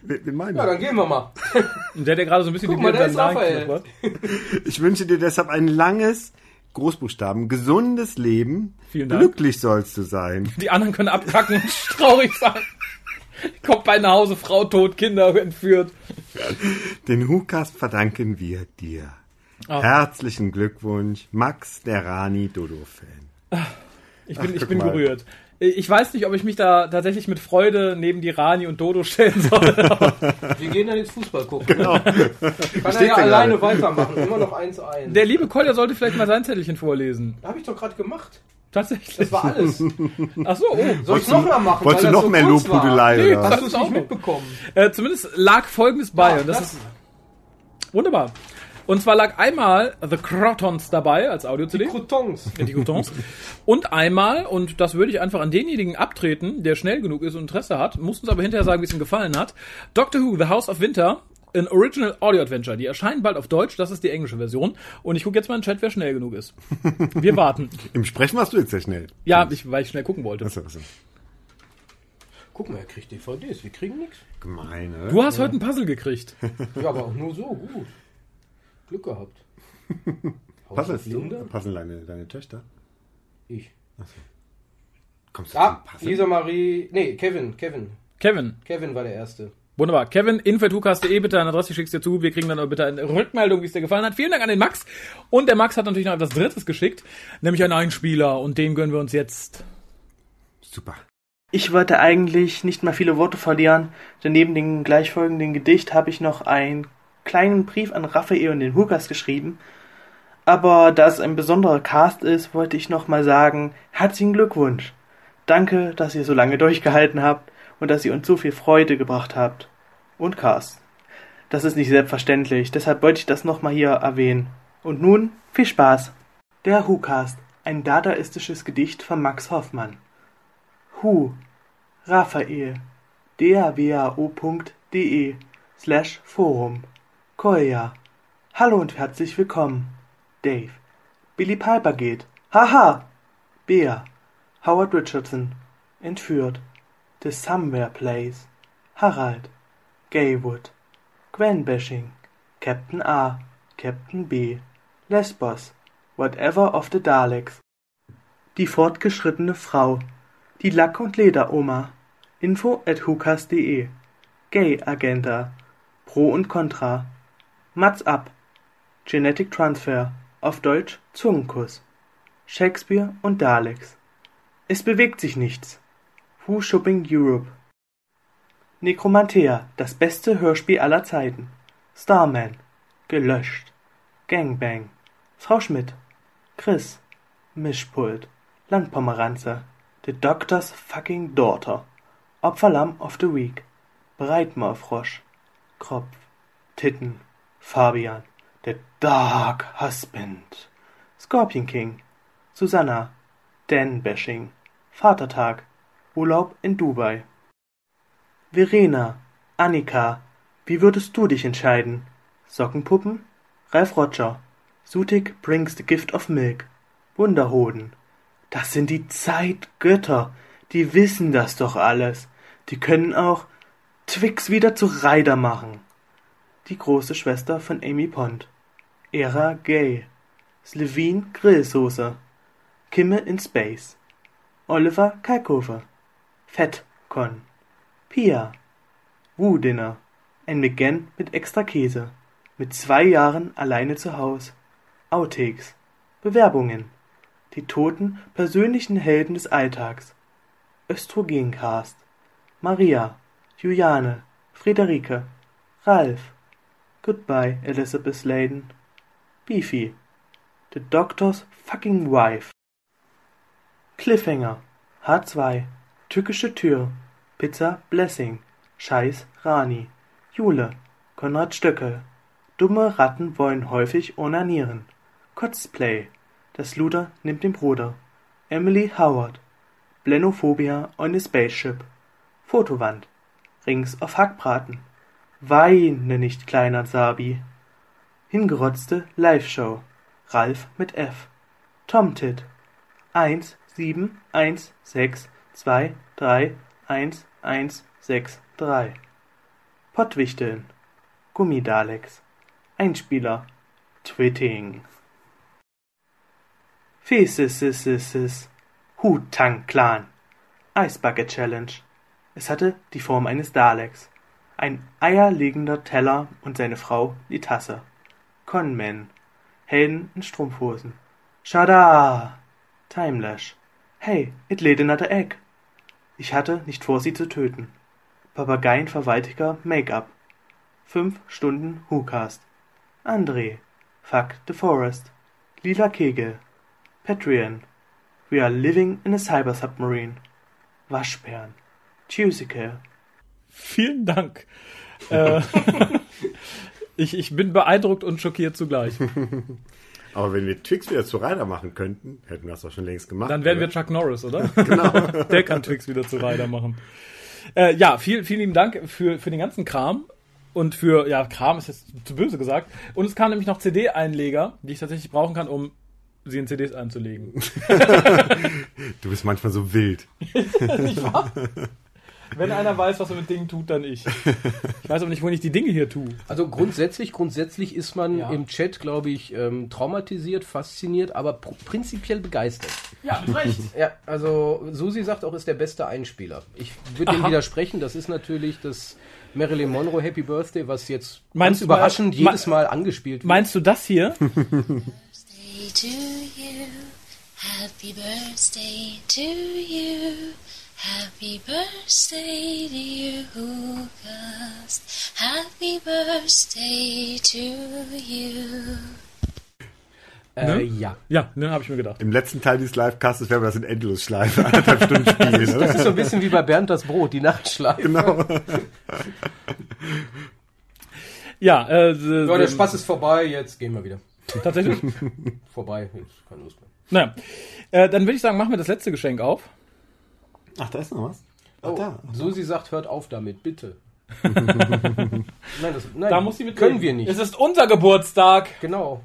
[SPEAKER 2] Wen wen meinen
[SPEAKER 3] Ja,
[SPEAKER 2] wir?
[SPEAKER 3] dann gehen wir mal.
[SPEAKER 1] Und der hat ja gerade so ein bisschen
[SPEAKER 3] Guck mal,
[SPEAKER 1] Bier
[SPEAKER 3] da
[SPEAKER 1] in
[SPEAKER 3] ist
[SPEAKER 1] seinen
[SPEAKER 3] Raphael.
[SPEAKER 1] Laden geknüpft, oder?
[SPEAKER 2] Ich wünsche dir deshalb ein langes, Großbuchstaben, gesundes Leben.
[SPEAKER 1] Vielen Dank.
[SPEAKER 2] Glücklich sollst du sein.
[SPEAKER 1] Die anderen können abkacken und traurig sein. Kommt bei nach Hause, Frau tot, Kinder entführt.
[SPEAKER 2] Den Hukas verdanken wir dir.
[SPEAKER 3] Ah.
[SPEAKER 2] Herzlichen Glückwunsch, Max der Rani Dodo-Fan.
[SPEAKER 1] Ich bin, ich
[SPEAKER 2] guck
[SPEAKER 1] bin
[SPEAKER 2] mal.
[SPEAKER 1] gerührt. Ich weiß nicht, ob ich mich da tatsächlich mit Freude neben die Rani und Dodo stellen soll.
[SPEAKER 3] Wir gehen dann jetzt Fußball gucken. Genau. Kann er
[SPEAKER 2] steht's
[SPEAKER 3] ja
[SPEAKER 2] denn
[SPEAKER 3] alleine
[SPEAKER 2] gerade?
[SPEAKER 3] weitermachen. Immer noch 1-1.
[SPEAKER 1] Der liebe Kolja sollte vielleicht mal sein Zettelchen vorlesen.
[SPEAKER 3] Habe ich doch gerade gemacht.
[SPEAKER 1] Tatsächlich.
[SPEAKER 3] Das war alles.
[SPEAKER 1] Ach so, oh.
[SPEAKER 3] Soll ich noch mal
[SPEAKER 2] Wolltest
[SPEAKER 3] machen? weil
[SPEAKER 2] du
[SPEAKER 3] das
[SPEAKER 2] noch
[SPEAKER 3] so
[SPEAKER 2] mehr
[SPEAKER 3] kurz war?
[SPEAKER 2] Lobhudelei?
[SPEAKER 1] Nee,
[SPEAKER 2] oder?
[SPEAKER 1] das-
[SPEAKER 3] Hast du es auch mitbekommen?
[SPEAKER 1] Äh, zumindest lag folgendes bei.
[SPEAKER 3] Ja,
[SPEAKER 1] und das,
[SPEAKER 3] Ah, das-
[SPEAKER 1] ist wunderbar. Und zwar lag einmal The Crotons dabei als Audio-CD.
[SPEAKER 3] Croutons.
[SPEAKER 1] Die Crotons. Und einmal, und das würde ich einfach an denjenigen abtreten, der schnell genug ist und Interesse hat, muss uns aber hinterher sagen, wie es ihm gefallen hat. Doctor Who, The House of Winter, ein Original Audio Adventure. Die erscheinen bald auf Deutsch, das ist die englische Version. Und ich gucke jetzt mal in den Chat, wer schnell genug ist. Wir warten.
[SPEAKER 2] Im Sprechen warst du jetzt sehr schnell.
[SPEAKER 1] Ja, ich, weil ich schnell gucken wollte.
[SPEAKER 2] Das ist ja so
[SPEAKER 3] Guck mal, er kriegt DVDs. Wir kriegen nichts.
[SPEAKER 2] gemein, oder?
[SPEAKER 1] Du hast heute ein Puzzle gekriegt.
[SPEAKER 3] Ja, aber auch nur so. Gut. Glück gehabt. Haus auf
[SPEAKER 2] Passest
[SPEAKER 3] Linde?
[SPEAKER 2] du? Passen deine, deine Töchter?
[SPEAKER 3] Ich.
[SPEAKER 2] Kommst du
[SPEAKER 3] Ah,
[SPEAKER 2] zum Passen?
[SPEAKER 3] Lisa Marie. Nee, Kevin. Kevin.
[SPEAKER 1] Kevin,
[SPEAKER 3] Kevin war der Erste.
[SPEAKER 1] Wunderbar. Kevin, info.tukas.de E, bitte eine Adresse, ich schick's dir zu. Wir kriegen dann aber bitte eine Rückmeldung, wie es dir gefallen hat. Vielen Dank an den Max. Und der Max hat natürlich noch etwas Drittes geschickt, nämlich einen Einspieler. Und den gönnen wir uns jetzt.
[SPEAKER 2] Super.
[SPEAKER 5] Ich wollte eigentlich nicht mal viele Worte verlieren, denn neben dem gleichfolgenden Gedicht habe ich noch einen kleinen Brief an Raphael und den Hukas geschrieben. Aber da es ein besonderer Cast ist, wollte ich noch mal sagen, herzlichen Glückwunsch. Danke, dass ihr so lange durchgehalten habt und dass ihr uns so viel Freude gebracht habt. Und Cast. Das ist nicht selbstverständlich, deshalb wollte ich das noch mal hier erwähnen. Und nun viel Spaß. Der Who-Cast, ein dadaistisches Gedicht von Max Hoffmann. Hu, Raphael, dawao.de slash Forum, Kolja, hallo und herzlich willkommen, Dave, Billy Piper geht, haha, Bea, Howard Richardson, entführt, The Somewhere Place, Harald, Gaywood, Gwen Bashing, Captain A, Captain B, Lesbos, Whatever of the Daleks, die fortgeschrittene Frau, die Lack- und Lederoma. Info at hukas.de. Gay Agenda. Pro und Contra. Mats ab. Genetic Transfer. Auf Deutsch Zungenkuss. Shakespeare und Daleks. Es bewegt sich nichts. Who Shopping Europe. Necromantea. Das beste Hörspiel aller Zeiten. Starman. Gelöscht. Gangbang. Frau Schmidt. Chris. Mischpult. Landpomeranze. The Doctor's Fucking Daughter. Opferlamm of the Week. Breitmaulfrosch. Kropf. Titten. Fabian. The Dark Husband. Scorpion King. Susanna. Dan Bashing. Vatertag. Urlaub in Dubai. Verena. Annika. Wie würdest du dich entscheiden? Sockenpuppen? Ralf Roger. Sutik brings the gift of milk. Wunderhoden. Das sind die Zeitgötter. Die wissen das doch alles. Die können auch Twix wieder zu Reider machen. Die große Schwester von Amy Pond. Era Gay. Slevin Grillsoße. Kimme in Space. Oliver Kalkofe. Fettcon. Pia. Woo Dinner. Ein McGann mit extra Käse. Mit zwei Jahren alleine zu Haus. Outtakes. Bewerbungen die toten persönlichen Helden des Alltags. Östrogencast. Maria, Juliane, Friederike, Ralf. Goodbye, Elizabeth Sladen. Beefy. The Doctor's Fucking Wife. Cliffhanger. H2. Tückische Tür. Pizza Blessing. Scheiß Rani. Jule. Konrad Stöckel. Dumme Ratten wollen häufig onanieren. Cosplay. Das Luder nimmt den Bruder. Emily Howard. Blenophobia on a Spaceship. Fotowand. Rings auf Hackbraten. Weine nicht, kleiner Sabi. Hingerotzte Live-Show. Ralf mit F. Tomtit. 1, 7, 1, 6, 2, 3, 1, 163. Pottwichteln. Gummidalex. Einspieler. Twitting. Fesisisissis. Hutang Clan. Ice Bucket Challenge. Es hatte die Form eines Daleks. Ein eierlegender Teller und seine Frau die Tasse. Conmen. Helden in Strumpfhosen. Shada! Timelash. Hey, it laid another egg. Ich hatte nicht vor, sie zu töten. Papageienverwaltiger Make-up. Fünf Stunden WhoCast. André. Fuck the Forest. Lila Kegel. Patreon. We are living in a cyber submarine. Waschbären. Tusical.
[SPEAKER 1] Vielen Dank. äh, ich, ich bin beeindruckt und schockiert zugleich.
[SPEAKER 2] Aber wenn wir Twix wieder zu Reiter machen könnten, hätten wir das doch schon längst gemacht.
[SPEAKER 1] Dann wären wir Chuck Norris, oder? genau. Der kann Twix wieder zu Rider machen. Äh, ja, viel, vielen lieben Dank für, für den ganzen Kram. Und für, ja, Kram ist jetzt zu böse gesagt. Und es kam nämlich noch CD-Einleger, die ich tatsächlich brauchen kann, um sie in CDs einzulegen.
[SPEAKER 2] Du bist manchmal so wild.
[SPEAKER 1] Nicht wahr? Wenn einer weiß, was er mit Dingen tut, dann ich. Ich weiß aber nicht, wo ich die Dinge hier tue.
[SPEAKER 3] Also grundsätzlich, grundsätzlich ist man
[SPEAKER 1] Ja.
[SPEAKER 3] im Chat, glaube ich, ähm, traumatisiert, fasziniert, aber pr- prinzipiell begeistert.
[SPEAKER 1] Ja, mit Recht.
[SPEAKER 3] Ja, also Susi sagt auch, ist der beste Einspieler. Ich würde dem widersprechen. Das ist natürlich das Marilyn Monroe Happy Birthday, was jetzt
[SPEAKER 1] Meinst
[SPEAKER 3] ganz
[SPEAKER 1] du mal-
[SPEAKER 3] überraschend
[SPEAKER 1] ma-
[SPEAKER 3] jedes Mal angespielt wird.
[SPEAKER 1] Meinst du das hier?
[SPEAKER 7] birthday to you. Happy birthday to you. Happy birthday, dear Hukas. Happy birthday to you.
[SPEAKER 3] äh,
[SPEAKER 1] ne?
[SPEAKER 3] Ja.
[SPEAKER 1] Ja, ne, habe ich mir gedacht.
[SPEAKER 2] Im letzten Teil dieses Livecastes werden wir das in Endlosschleife anderthalb Stunden spielen.
[SPEAKER 3] Das
[SPEAKER 2] Oder?
[SPEAKER 3] ist so ein bisschen wie bei Bernd das Brot, die Nachtschleife.
[SPEAKER 2] Genau.
[SPEAKER 1] Ja, äh,
[SPEAKER 3] So, der
[SPEAKER 1] ähm,
[SPEAKER 3] Spaß ist vorbei, jetzt gehen wir wieder.
[SPEAKER 1] tatsächlich.
[SPEAKER 3] Vorbei, jetzt keine Lust mehr.
[SPEAKER 1] Naja, äh, dann würde ich sagen, machen wir das letzte Geschenk auf.
[SPEAKER 2] Ach, da ist noch was? Ach,
[SPEAKER 3] Oh,
[SPEAKER 2] da.
[SPEAKER 3] Susi sagt, hört auf damit, bitte. nein, das, nein,
[SPEAKER 1] Da muss sie mit
[SPEAKER 3] können
[SPEAKER 1] leben.
[SPEAKER 3] wir nicht.
[SPEAKER 1] Es ist unser Geburtstag.
[SPEAKER 3] genau.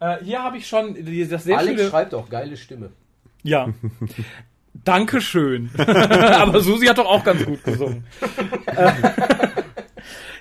[SPEAKER 1] Äh, hier habe ich schon die, das sehr
[SPEAKER 3] Alex
[SPEAKER 1] schöne.
[SPEAKER 3] schreibt auch, geile Stimme.
[SPEAKER 1] Ja. Dankeschön. Aber Susi hat doch auch ganz gut gesungen. Äh,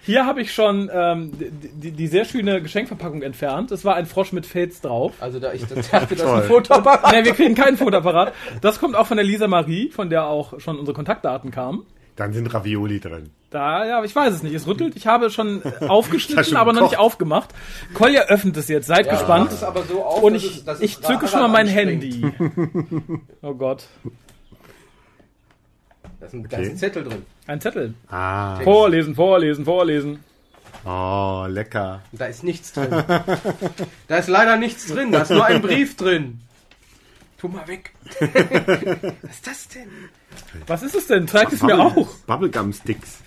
[SPEAKER 1] Hier habe ich schon ähm, die, die sehr schöne Geschenkverpackung entfernt. Es war ein Frosch mit Fates drauf.
[SPEAKER 3] Also da ich dachte, das ist ein
[SPEAKER 2] Toll.
[SPEAKER 3] Fotoapparat.
[SPEAKER 1] Nein, Äh, wir kriegen keinen Fotoapparat. Das kommt auch von der Lisa Marie, von der auch schon unsere Kontaktdaten kamen.
[SPEAKER 2] Dann sind Ravioli drin.
[SPEAKER 1] Da, ja, ich weiß es nicht. Es rüttelt. Ich habe schon aufgeschnitten,
[SPEAKER 2] Hast schon
[SPEAKER 1] aber noch nicht
[SPEAKER 2] gekocht.
[SPEAKER 1] aufgemacht. Kolja öffnet es jetzt. Seid
[SPEAKER 3] Ja,
[SPEAKER 1] gespannt.
[SPEAKER 3] mach es aber so auf,
[SPEAKER 1] Und
[SPEAKER 3] dass
[SPEAKER 1] ich,
[SPEAKER 3] es- dass es
[SPEAKER 1] ich zücke schon mal
[SPEAKER 3] daran
[SPEAKER 1] mein
[SPEAKER 3] anspringt.
[SPEAKER 1] Handy. Oh Gott.
[SPEAKER 3] Da ist ein, da ist ein
[SPEAKER 2] Okay.
[SPEAKER 3] Zettel drin.
[SPEAKER 1] Ein Zettel.
[SPEAKER 2] Ah,
[SPEAKER 1] Vorlesen, vorlesen, vorlesen.
[SPEAKER 2] oh, lecker.
[SPEAKER 3] Da ist nichts drin. da ist leider nichts drin. Da ist nur ein Brief drin. Tu mal weg. Was ist das denn?
[SPEAKER 1] Was ist es denn? Zeigt es mir
[SPEAKER 2] Bubble-
[SPEAKER 1] auch.
[SPEAKER 2] Bubblegum-Sticks.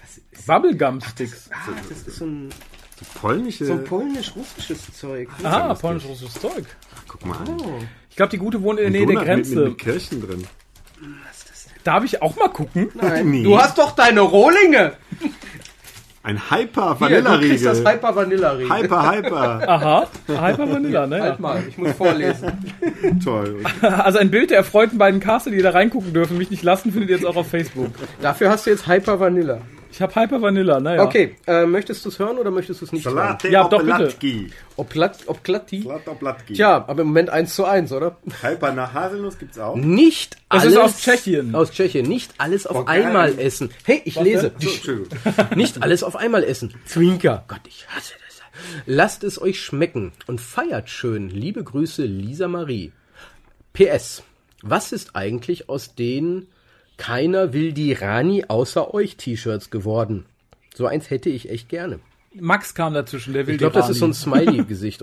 [SPEAKER 1] Bubblegum-Sticks.
[SPEAKER 3] Ah, das ist so ein,
[SPEAKER 2] Polnische.
[SPEAKER 3] so ein polnisch-russisches Zeug.
[SPEAKER 1] Ah, polnisch-russisches Zeug.
[SPEAKER 2] Guck mal an.
[SPEAKER 1] Ich glaube, die gute wohnt in der Nähe
[SPEAKER 2] Donut
[SPEAKER 1] der Grenze.
[SPEAKER 2] Mit, mit Kirchen drin.
[SPEAKER 1] Darf ich auch mal gucken?
[SPEAKER 3] Nein.
[SPEAKER 2] Nee.
[SPEAKER 3] Du hast doch deine Rohlinge.
[SPEAKER 2] Ein Hyper
[SPEAKER 3] Hier, du
[SPEAKER 2] Vanilla-Riegel.
[SPEAKER 3] kriegst das Hyper Vanilla Riegel.
[SPEAKER 2] Hyper, Hyper.
[SPEAKER 1] Aha, Hyper Vanilla, ne?
[SPEAKER 3] Halt mal, ich muss vorlesen.
[SPEAKER 2] Toll.
[SPEAKER 1] Also ein Bild der erfreuten beiden Caster, die da reingucken dürfen, mich nicht lassen, findet ihr jetzt auch auf Facebook.
[SPEAKER 3] Dafür hast du jetzt Hyper Vanilla.
[SPEAKER 1] Ich habe Hyper Vanilla, naja.
[SPEAKER 3] Okay, äh, möchtest du es hören oder möchtest du es nicht hören?
[SPEAKER 2] Salate
[SPEAKER 1] Ja, doch, bitte.
[SPEAKER 2] Oblatki.
[SPEAKER 3] Ob Platt, ob Klatti?
[SPEAKER 2] Salate Oblatki.
[SPEAKER 3] Tja, aber im Moment 1 zu 1, oder?
[SPEAKER 2] Hyper nach Haselnuss gibt's auch.
[SPEAKER 3] Nicht
[SPEAKER 1] Das
[SPEAKER 3] alles.
[SPEAKER 1] ist aus Tschechien.
[SPEAKER 3] Aus Tschechien. Nicht alles auf
[SPEAKER 2] Boah, geil.
[SPEAKER 3] einmal essen. Hey, ich lese.
[SPEAKER 2] So, Entschuldigung.
[SPEAKER 3] Nicht alles auf einmal essen. Zwinker. Gott, ich hasse das. Lasst es euch schmecken und feiert schön. Liebe Grüße, Lisa Marie. PS. Was ist eigentlich aus den Keiner will die Rani außer euch T-Shirts geworden? So eins hätte ich echt gerne.
[SPEAKER 1] Max kam dazwischen, der will
[SPEAKER 3] Ich glaube, das ist so ein Smiley-Gesicht,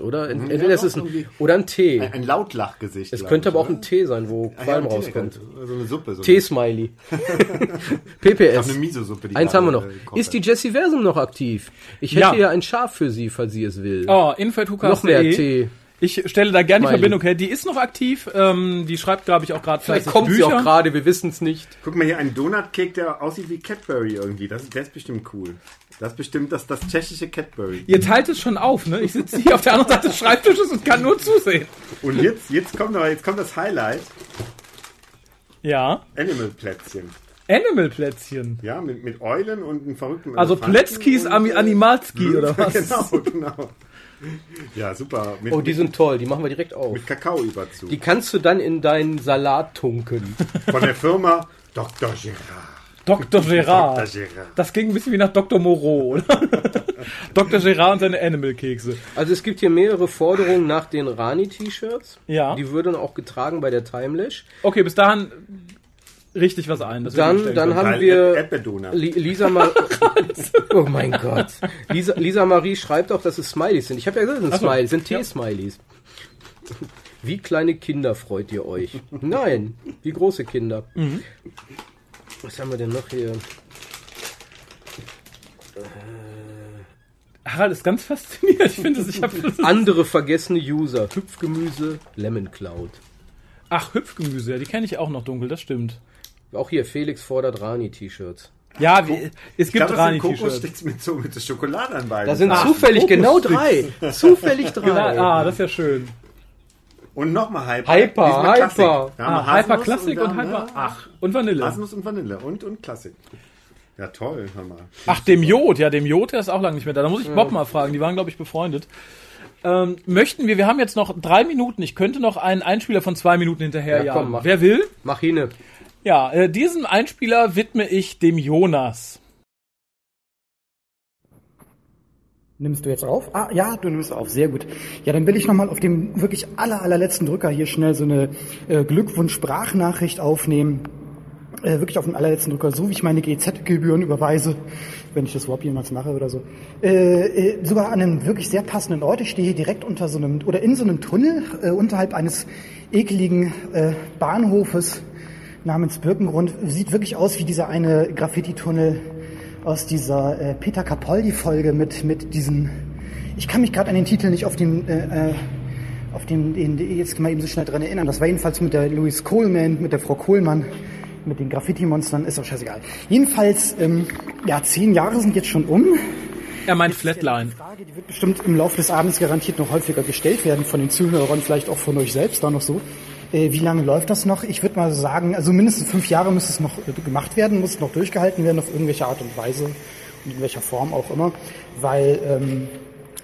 [SPEAKER 3] oder? Ent- Entweder das ist ein, oder ein Tee.
[SPEAKER 2] Ein, ein Lautlachgesicht.
[SPEAKER 3] Es
[SPEAKER 2] glaub
[SPEAKER 3] könnte
[SPEAKER 2] ich,
[SPEAKER 3] aber auch
[SPEAKER 2] oder?
[SPEAKER 3] ein Tee sein, wo
[SPEAKER 2] Ah,
[SPEAKER 3] Qualm
[SPEAKER 2] ja, ein Tee,
[SPEAKER 3] rauskommt.
[SPEAKER 2] So eine Suppe. So
[SPEAKER 3] Tee-Smiley.
[SPEAKER 2] Eine,
[SPEAKER 3] PPS.
[SPEAKER 2] eine Miso-Suppe. die
[SPEAKER 3] Eins
[SPEAKER 2] gerade äh,
[SPEAKER 3] haben wir noch.
[SPEAKER 2] gekocht
[SPEAKER 3] Ist die
[SPEAKER 2] hat.
[SPEAKER 3] Jessie Versum noch aktiv? Ich hätte
[SPEAKER 1] Ja.
[SPEAKER 3] ja, ein Schaf für sie, falls sie es will.
[SPEAKER 1] Oh,
[SPEAKER 3] noch mehr
[SPEAKER 1] info.hukas.de.
[SPEAKER 3] Tee.
[SPEAKER 1] Ich stelle da gerne die
[SPEAKER 3] Smiley.
[SPEAKER 1] Verbindung her. Die ist noch aktiv. Ähm, die schreibt, glaube ich, auch gerade
[SPEAKER 3] Vielleicht
[SPEAKER 1] fleißig
[SPEAKER 3] kommt sie
[SPEAKER 1] Bücher.
[SPEAKER 3] auch gerade, wir wissen es nicht.
[SPEAKER 2] Guck mal hier, ein Donut-Cake, der aussieht wie Cadbury irgendwie. Das, der ist bestimmt cool. Das ist bestimmt das, das tschechische Cadbury.
[SPEAKER 1] Ihr teilt es schon auf, ne? Ich sitze hier auf der anderen Seite des Schreibtisches und kann nur zusehen.
[SPEAKER 2] Und jetzt, jetzt, kommt noch, jetzt kommt das Highlight.
[SPEAKER 1] Ja.
[SPEAKER 2] Animal-Plätzchen.
[SPEAKER 1] Animal-Plätzchen.
[SPEAKER 2] Ja, mit, mit Eulen und einem verrückten
[SPEAKER 1] Also
[SPEAKER 2] Elefanten
[SPEAKER 1] Plätzkis
[SPEAKER 2] und,
[SPEAKER 1] Ami-
[SPEAKER 2] äh,
[SPEAKER 1] Animalski
[SPEAKER 3] Hm,
[SPEAKER 1] oder was?
[SPEAKER 2] Genau, genau. Ja, super. Mit,
[SPEAKER 3] Oh, die
[SPEAKER 2] mit-
[SPEAKER 3] sind toll, die machen wir direkt auf.
[SPEAKER 2] mit Kakaoüberzug.
[SPEAKER 3] Die kannst du dann in deinen Salat tunken.
[SPEAKER 2] Von der Firma Dr. Gerard.
[SPEAKER 1] Dr.
[SPEAKER 2] Dr.
[SPEAKER 1] Gerard.
[SPEAKER 2] Gerard.
[SPEAKER 1] Das ging ein bisschen wie nach Dr. Moreau, oder? Dr. Gerard und seine Animal-Kekse.
[SPEAKER 3] Also es gibt hier mehrere Forderungen nach den Rani-T-Shirts.
[SPEAKER 1] Ja.
[SPEAKER 3] Die würden auch getragen bei der Timelash.
[SPEAKER 1] Okay, bis dahin richtig was ein. das wir
[SPEAKER 3] Dann-
[SPEAKER 1] umstellen
[SPEAKER 3] dann
[SPEAKER 1] können.
[SPEAKER 3] haben
[SPEAKER 2] Weil
[SPEAKER 3] wir-
[SPEAKER 2] Ed- Erdbeerdona.
[SPEAKER 3] Li Lisa Marie. oh mein Gott. Lisa, Lisa Marie schreibt auch, dass es Smileys sind. Ich habe ja gesagt, es sind
[SPEAKER 1] Ach so.
[SPEAKER 3] Smileys, sind
[SPEAKER 1] Ja.
[SPEAKER 3] T-Smileys. Wie kleine Kinder freut ihr euch? Nein, wie große Kinder.
[SPEAKER 1] Mhm.
[SPEAKER 3] Was haben wir denn noch hier?
[SPEAKER 1] Harald ist ganz fasziniert. Ich finde es, ich habe
[SPEAKER 3] Andere vergessene User. Hüpfgemüse, Lemon Cloud.
[SPEAKER 1] Ach, Hüpfgemüse, ja, die kenne ich auch noch dunkel, das stimmt.
[SPEAKER 3] Auch hier, Felix fordert Rani-T-Shirts.
[SPEAKER 1] Ja, wie, es gibt
[SPEAKER 2] Ich glaube, das sind
[SPEAKER 1] Rani-T-Shirts.
[SPEAKER 2] Kokosticks mit, so, mit der Schokolade an beiden.
[SPEAKER 3] Da sind
[SPEAKER 2] Seiten.
[SPEAKER 3] zufällig genau drei. Zufällig drei.
[SPEAKER 1] Genau, ah, das ist ja schön.
[SPEAKER 2] Und nochmal Hyper.
[SPEAKER 3] Hyper,
[SPEAKER 2] Diesmal Klassik.
[SPEAKER 3] Hyper.
[SPEAKER 2] Da haben wir
[SPEAKER 1] Ah,
[SPEAKER 2] Haselnuss
[SPEAKER 1] Hyper Classic
[SPEAKER 2] dann,
[SPEAKER 1] und Hyper.
[SPEAKER 2] ne?
[SPEAKER 1] Ach, und Vanille.
[SPEAKER 2] Haselnuss und Vanille und, und Klassik. Ja, toll, hör mal.
[SPEAKER 1] Ach, dem Jod, ja, dem Jod, der ist auch lange nicht mehr da. Da muss ich Bob mal fragen, die waren, glaube ich, befreundet. Ähm, möchten wir, wir haben jetzt noch drei Minuten, ich könnte noch einen Einspieler von zwei Minuten hinterher
[SPEAKER 3] Ja,
[SPEAKER 1] ja,
[SPEAKER 3] komm, mach.
[SPEAKER 1] Wer will?
[SPEAKER 3] Mach hine.
[SPEAKER 1] Ja, äh, diesen Einspieler widme ich dem Jonas.
[SPEAKER 8] Nimmst du jetzt auf? Ah, ja, du nimmst auf. Sehr gut. Ja, dann will ich nochmal auf dem wirklich aller, allerletzten Drücker hier schnell so eine äh, Glückwunsch-Sprachnachricht aufnehmen. Äh, wirklich auf den allerletzten Drücker, so wie ich meine GZ-Gebühren überweise, wenn ich das überhaupt jemals mache oder so. Äh, äh, sogar an einen wirklich sehr passenden Ort. Ich stehe hier direkt unter so einem, oder in so einem Tunnel, äh, unterhalb eines ekeligen äh, Bahnhofes namens Birkengrund. Sieht wirklich aus wie dieser eine Graffiti-Tunnel aus dieser äh, Peter Capaldi-Folge mit, mit diesem. Ich kann mich gerade an den Titel nicht auf den. Äh, äh, auf den, den den- jetzt mal eben so schnell dran erinnern. Das war jedenfalls mit der Louise Coleman, mit der Frau Kohlmann, mit den Graffiti-Monstern, ist doch scheißegal. Jedenfalls, ähm, ja, zehn Jahre sind jetzt schon um.
[SPEAKER 1] Er meint Flatline.
[SPEAKER 8] Die Frage, die wird bestimmt im Laufe des Abends garantiert noch häufiger gestellt werden von den Zuhörern, vielleicht auch von euch selbst da noch so. Äh, Wie lange läuft das noch? Ich würde mal sagen, also mindestens fünf Jahre müsste es noch äh, gemacht werden, muss noch durchgehalten werden auf irgendwelche Art und Weise und in welcher Form auch immer, weil ähm,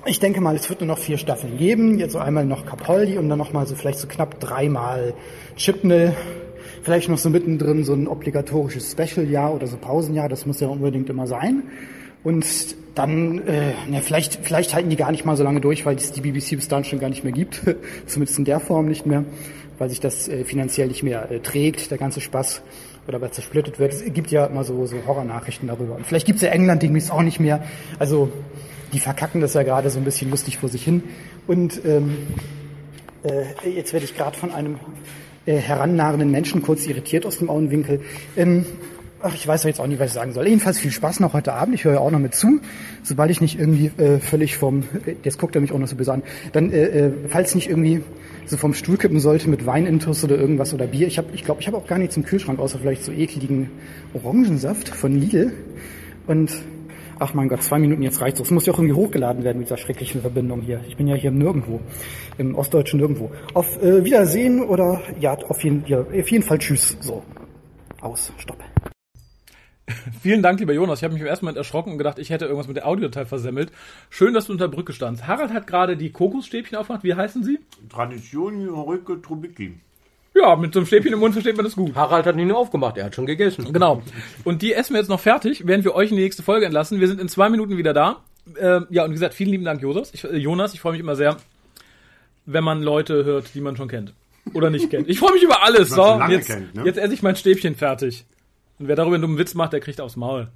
[SPEAKER 8] ich denke mal, es wird nur noch vier Staffeln geben. Jetzt so einmal noch Capaldi und dann noch mal so vielleicht so knapp dreimal Chipnell. Vielleicht noch so mittendrin so ein obligatorisches Special-Jahr oder so Pausenjahr. Das muss ja unbedingt immer sein. Und dann, äh, ja, vielleicht, vielleicht halten die gar nicht mal so lange durch, weil es die BBC bis dann schon gar nicht mehr gibt. Zumindest in der Form nicht mehr. Weil sich das äh, finanziell nicht mehr äh, trägt, der ganze Spaß. Oder weil es zersplittet wird. Es gibt ja immer so, so Horrornachrichten darüber. Und vielleicht gibt's ja England demnächst auch nicht mehr. Also, die verkacken das ja gerade so ein bisschen lustig vor sich hin. Und ähm, äh, jetzt werde ich gerade von einem äh, herannahenden Menschen kurz irritiert aus dem Augenwinkel. Ähm, ach, ich weiß doch jetzt auch nicht, was ich sagen soll. Jedenfalls viel Spaß noch heute Abend. Ich höre ja auch noch mit zu. Sobald ich nicht irgendwie äh, völlig vom, äh, jetzt guckt er mich auch noch so böse an, dann, äh, äh, falls nicht irgendwie so vom Stuhl kippen sollte mit Weinintus oder irgendwas oder Bier. Ich glaube, ich, glaub, ich habe auch gar nichts im Kühlschrank, außer vielleicht so ekligen Orangensaft von Lidl. Und ach mein Gott, zwei Minuten jetzt reicht Es muss ja auch irgendwie hochgeladen werden mit dieser schrecklichen Verbindung hier. Ich bin ja hier im Nirgendwo, im ostdeutschen Nirgendwo. Auf äh, Wiedersehen oder ja, auf jeden, ja, auf jeden Fall Tschüss. So. Aus. Stopp.
[SPEAKER 1] Vielen Dank, lieber Jonas. Ich habe mich im ersten Moment erschrocken und gedacht, ich hätte irgendwas mit der Audiodatei versemmelt. Schön, dass du unter der Brücke standst. Harald hat gerade die Kokosstäbchen aufgemacht. Wie heißen sie?
[SPEAKER 2] Tradition Jorike Trubicki.
[SPEAKER 1] Ja, mit so einem Stäbchen im Mund versteht man das gut.
[SPEAKER 3] Harald hat ihn nur aufgemacht, er hat schon gegessen.
[SPEAKER 1] Genau. Und die essen wir jetzt noch fertig, während wir euch in die nächste Folge entlassen. Wir sind in zwei Minuten wieder da. Ähm, ja, und wie gesagt, vielen lieben Dank, Jonas. Ich, äh, Jonas, ich freue mich immer sehr, wenn man Leute hört, die man schon kennt. Oder nicht kennt. Ich freue mich über alles.
[SPEAKER 2] man schon
[SPEAKER 1] So,
[SPEAKER 2] lange
[SPEAKER 1] jetzt,
[SPEAKER 2] kennt, ne?
[SPEAKER 1] jetzt esse ich mein Stäbchen fertig. Und wer darüber einen dummen Witz macht, der kriegt aufs Maul.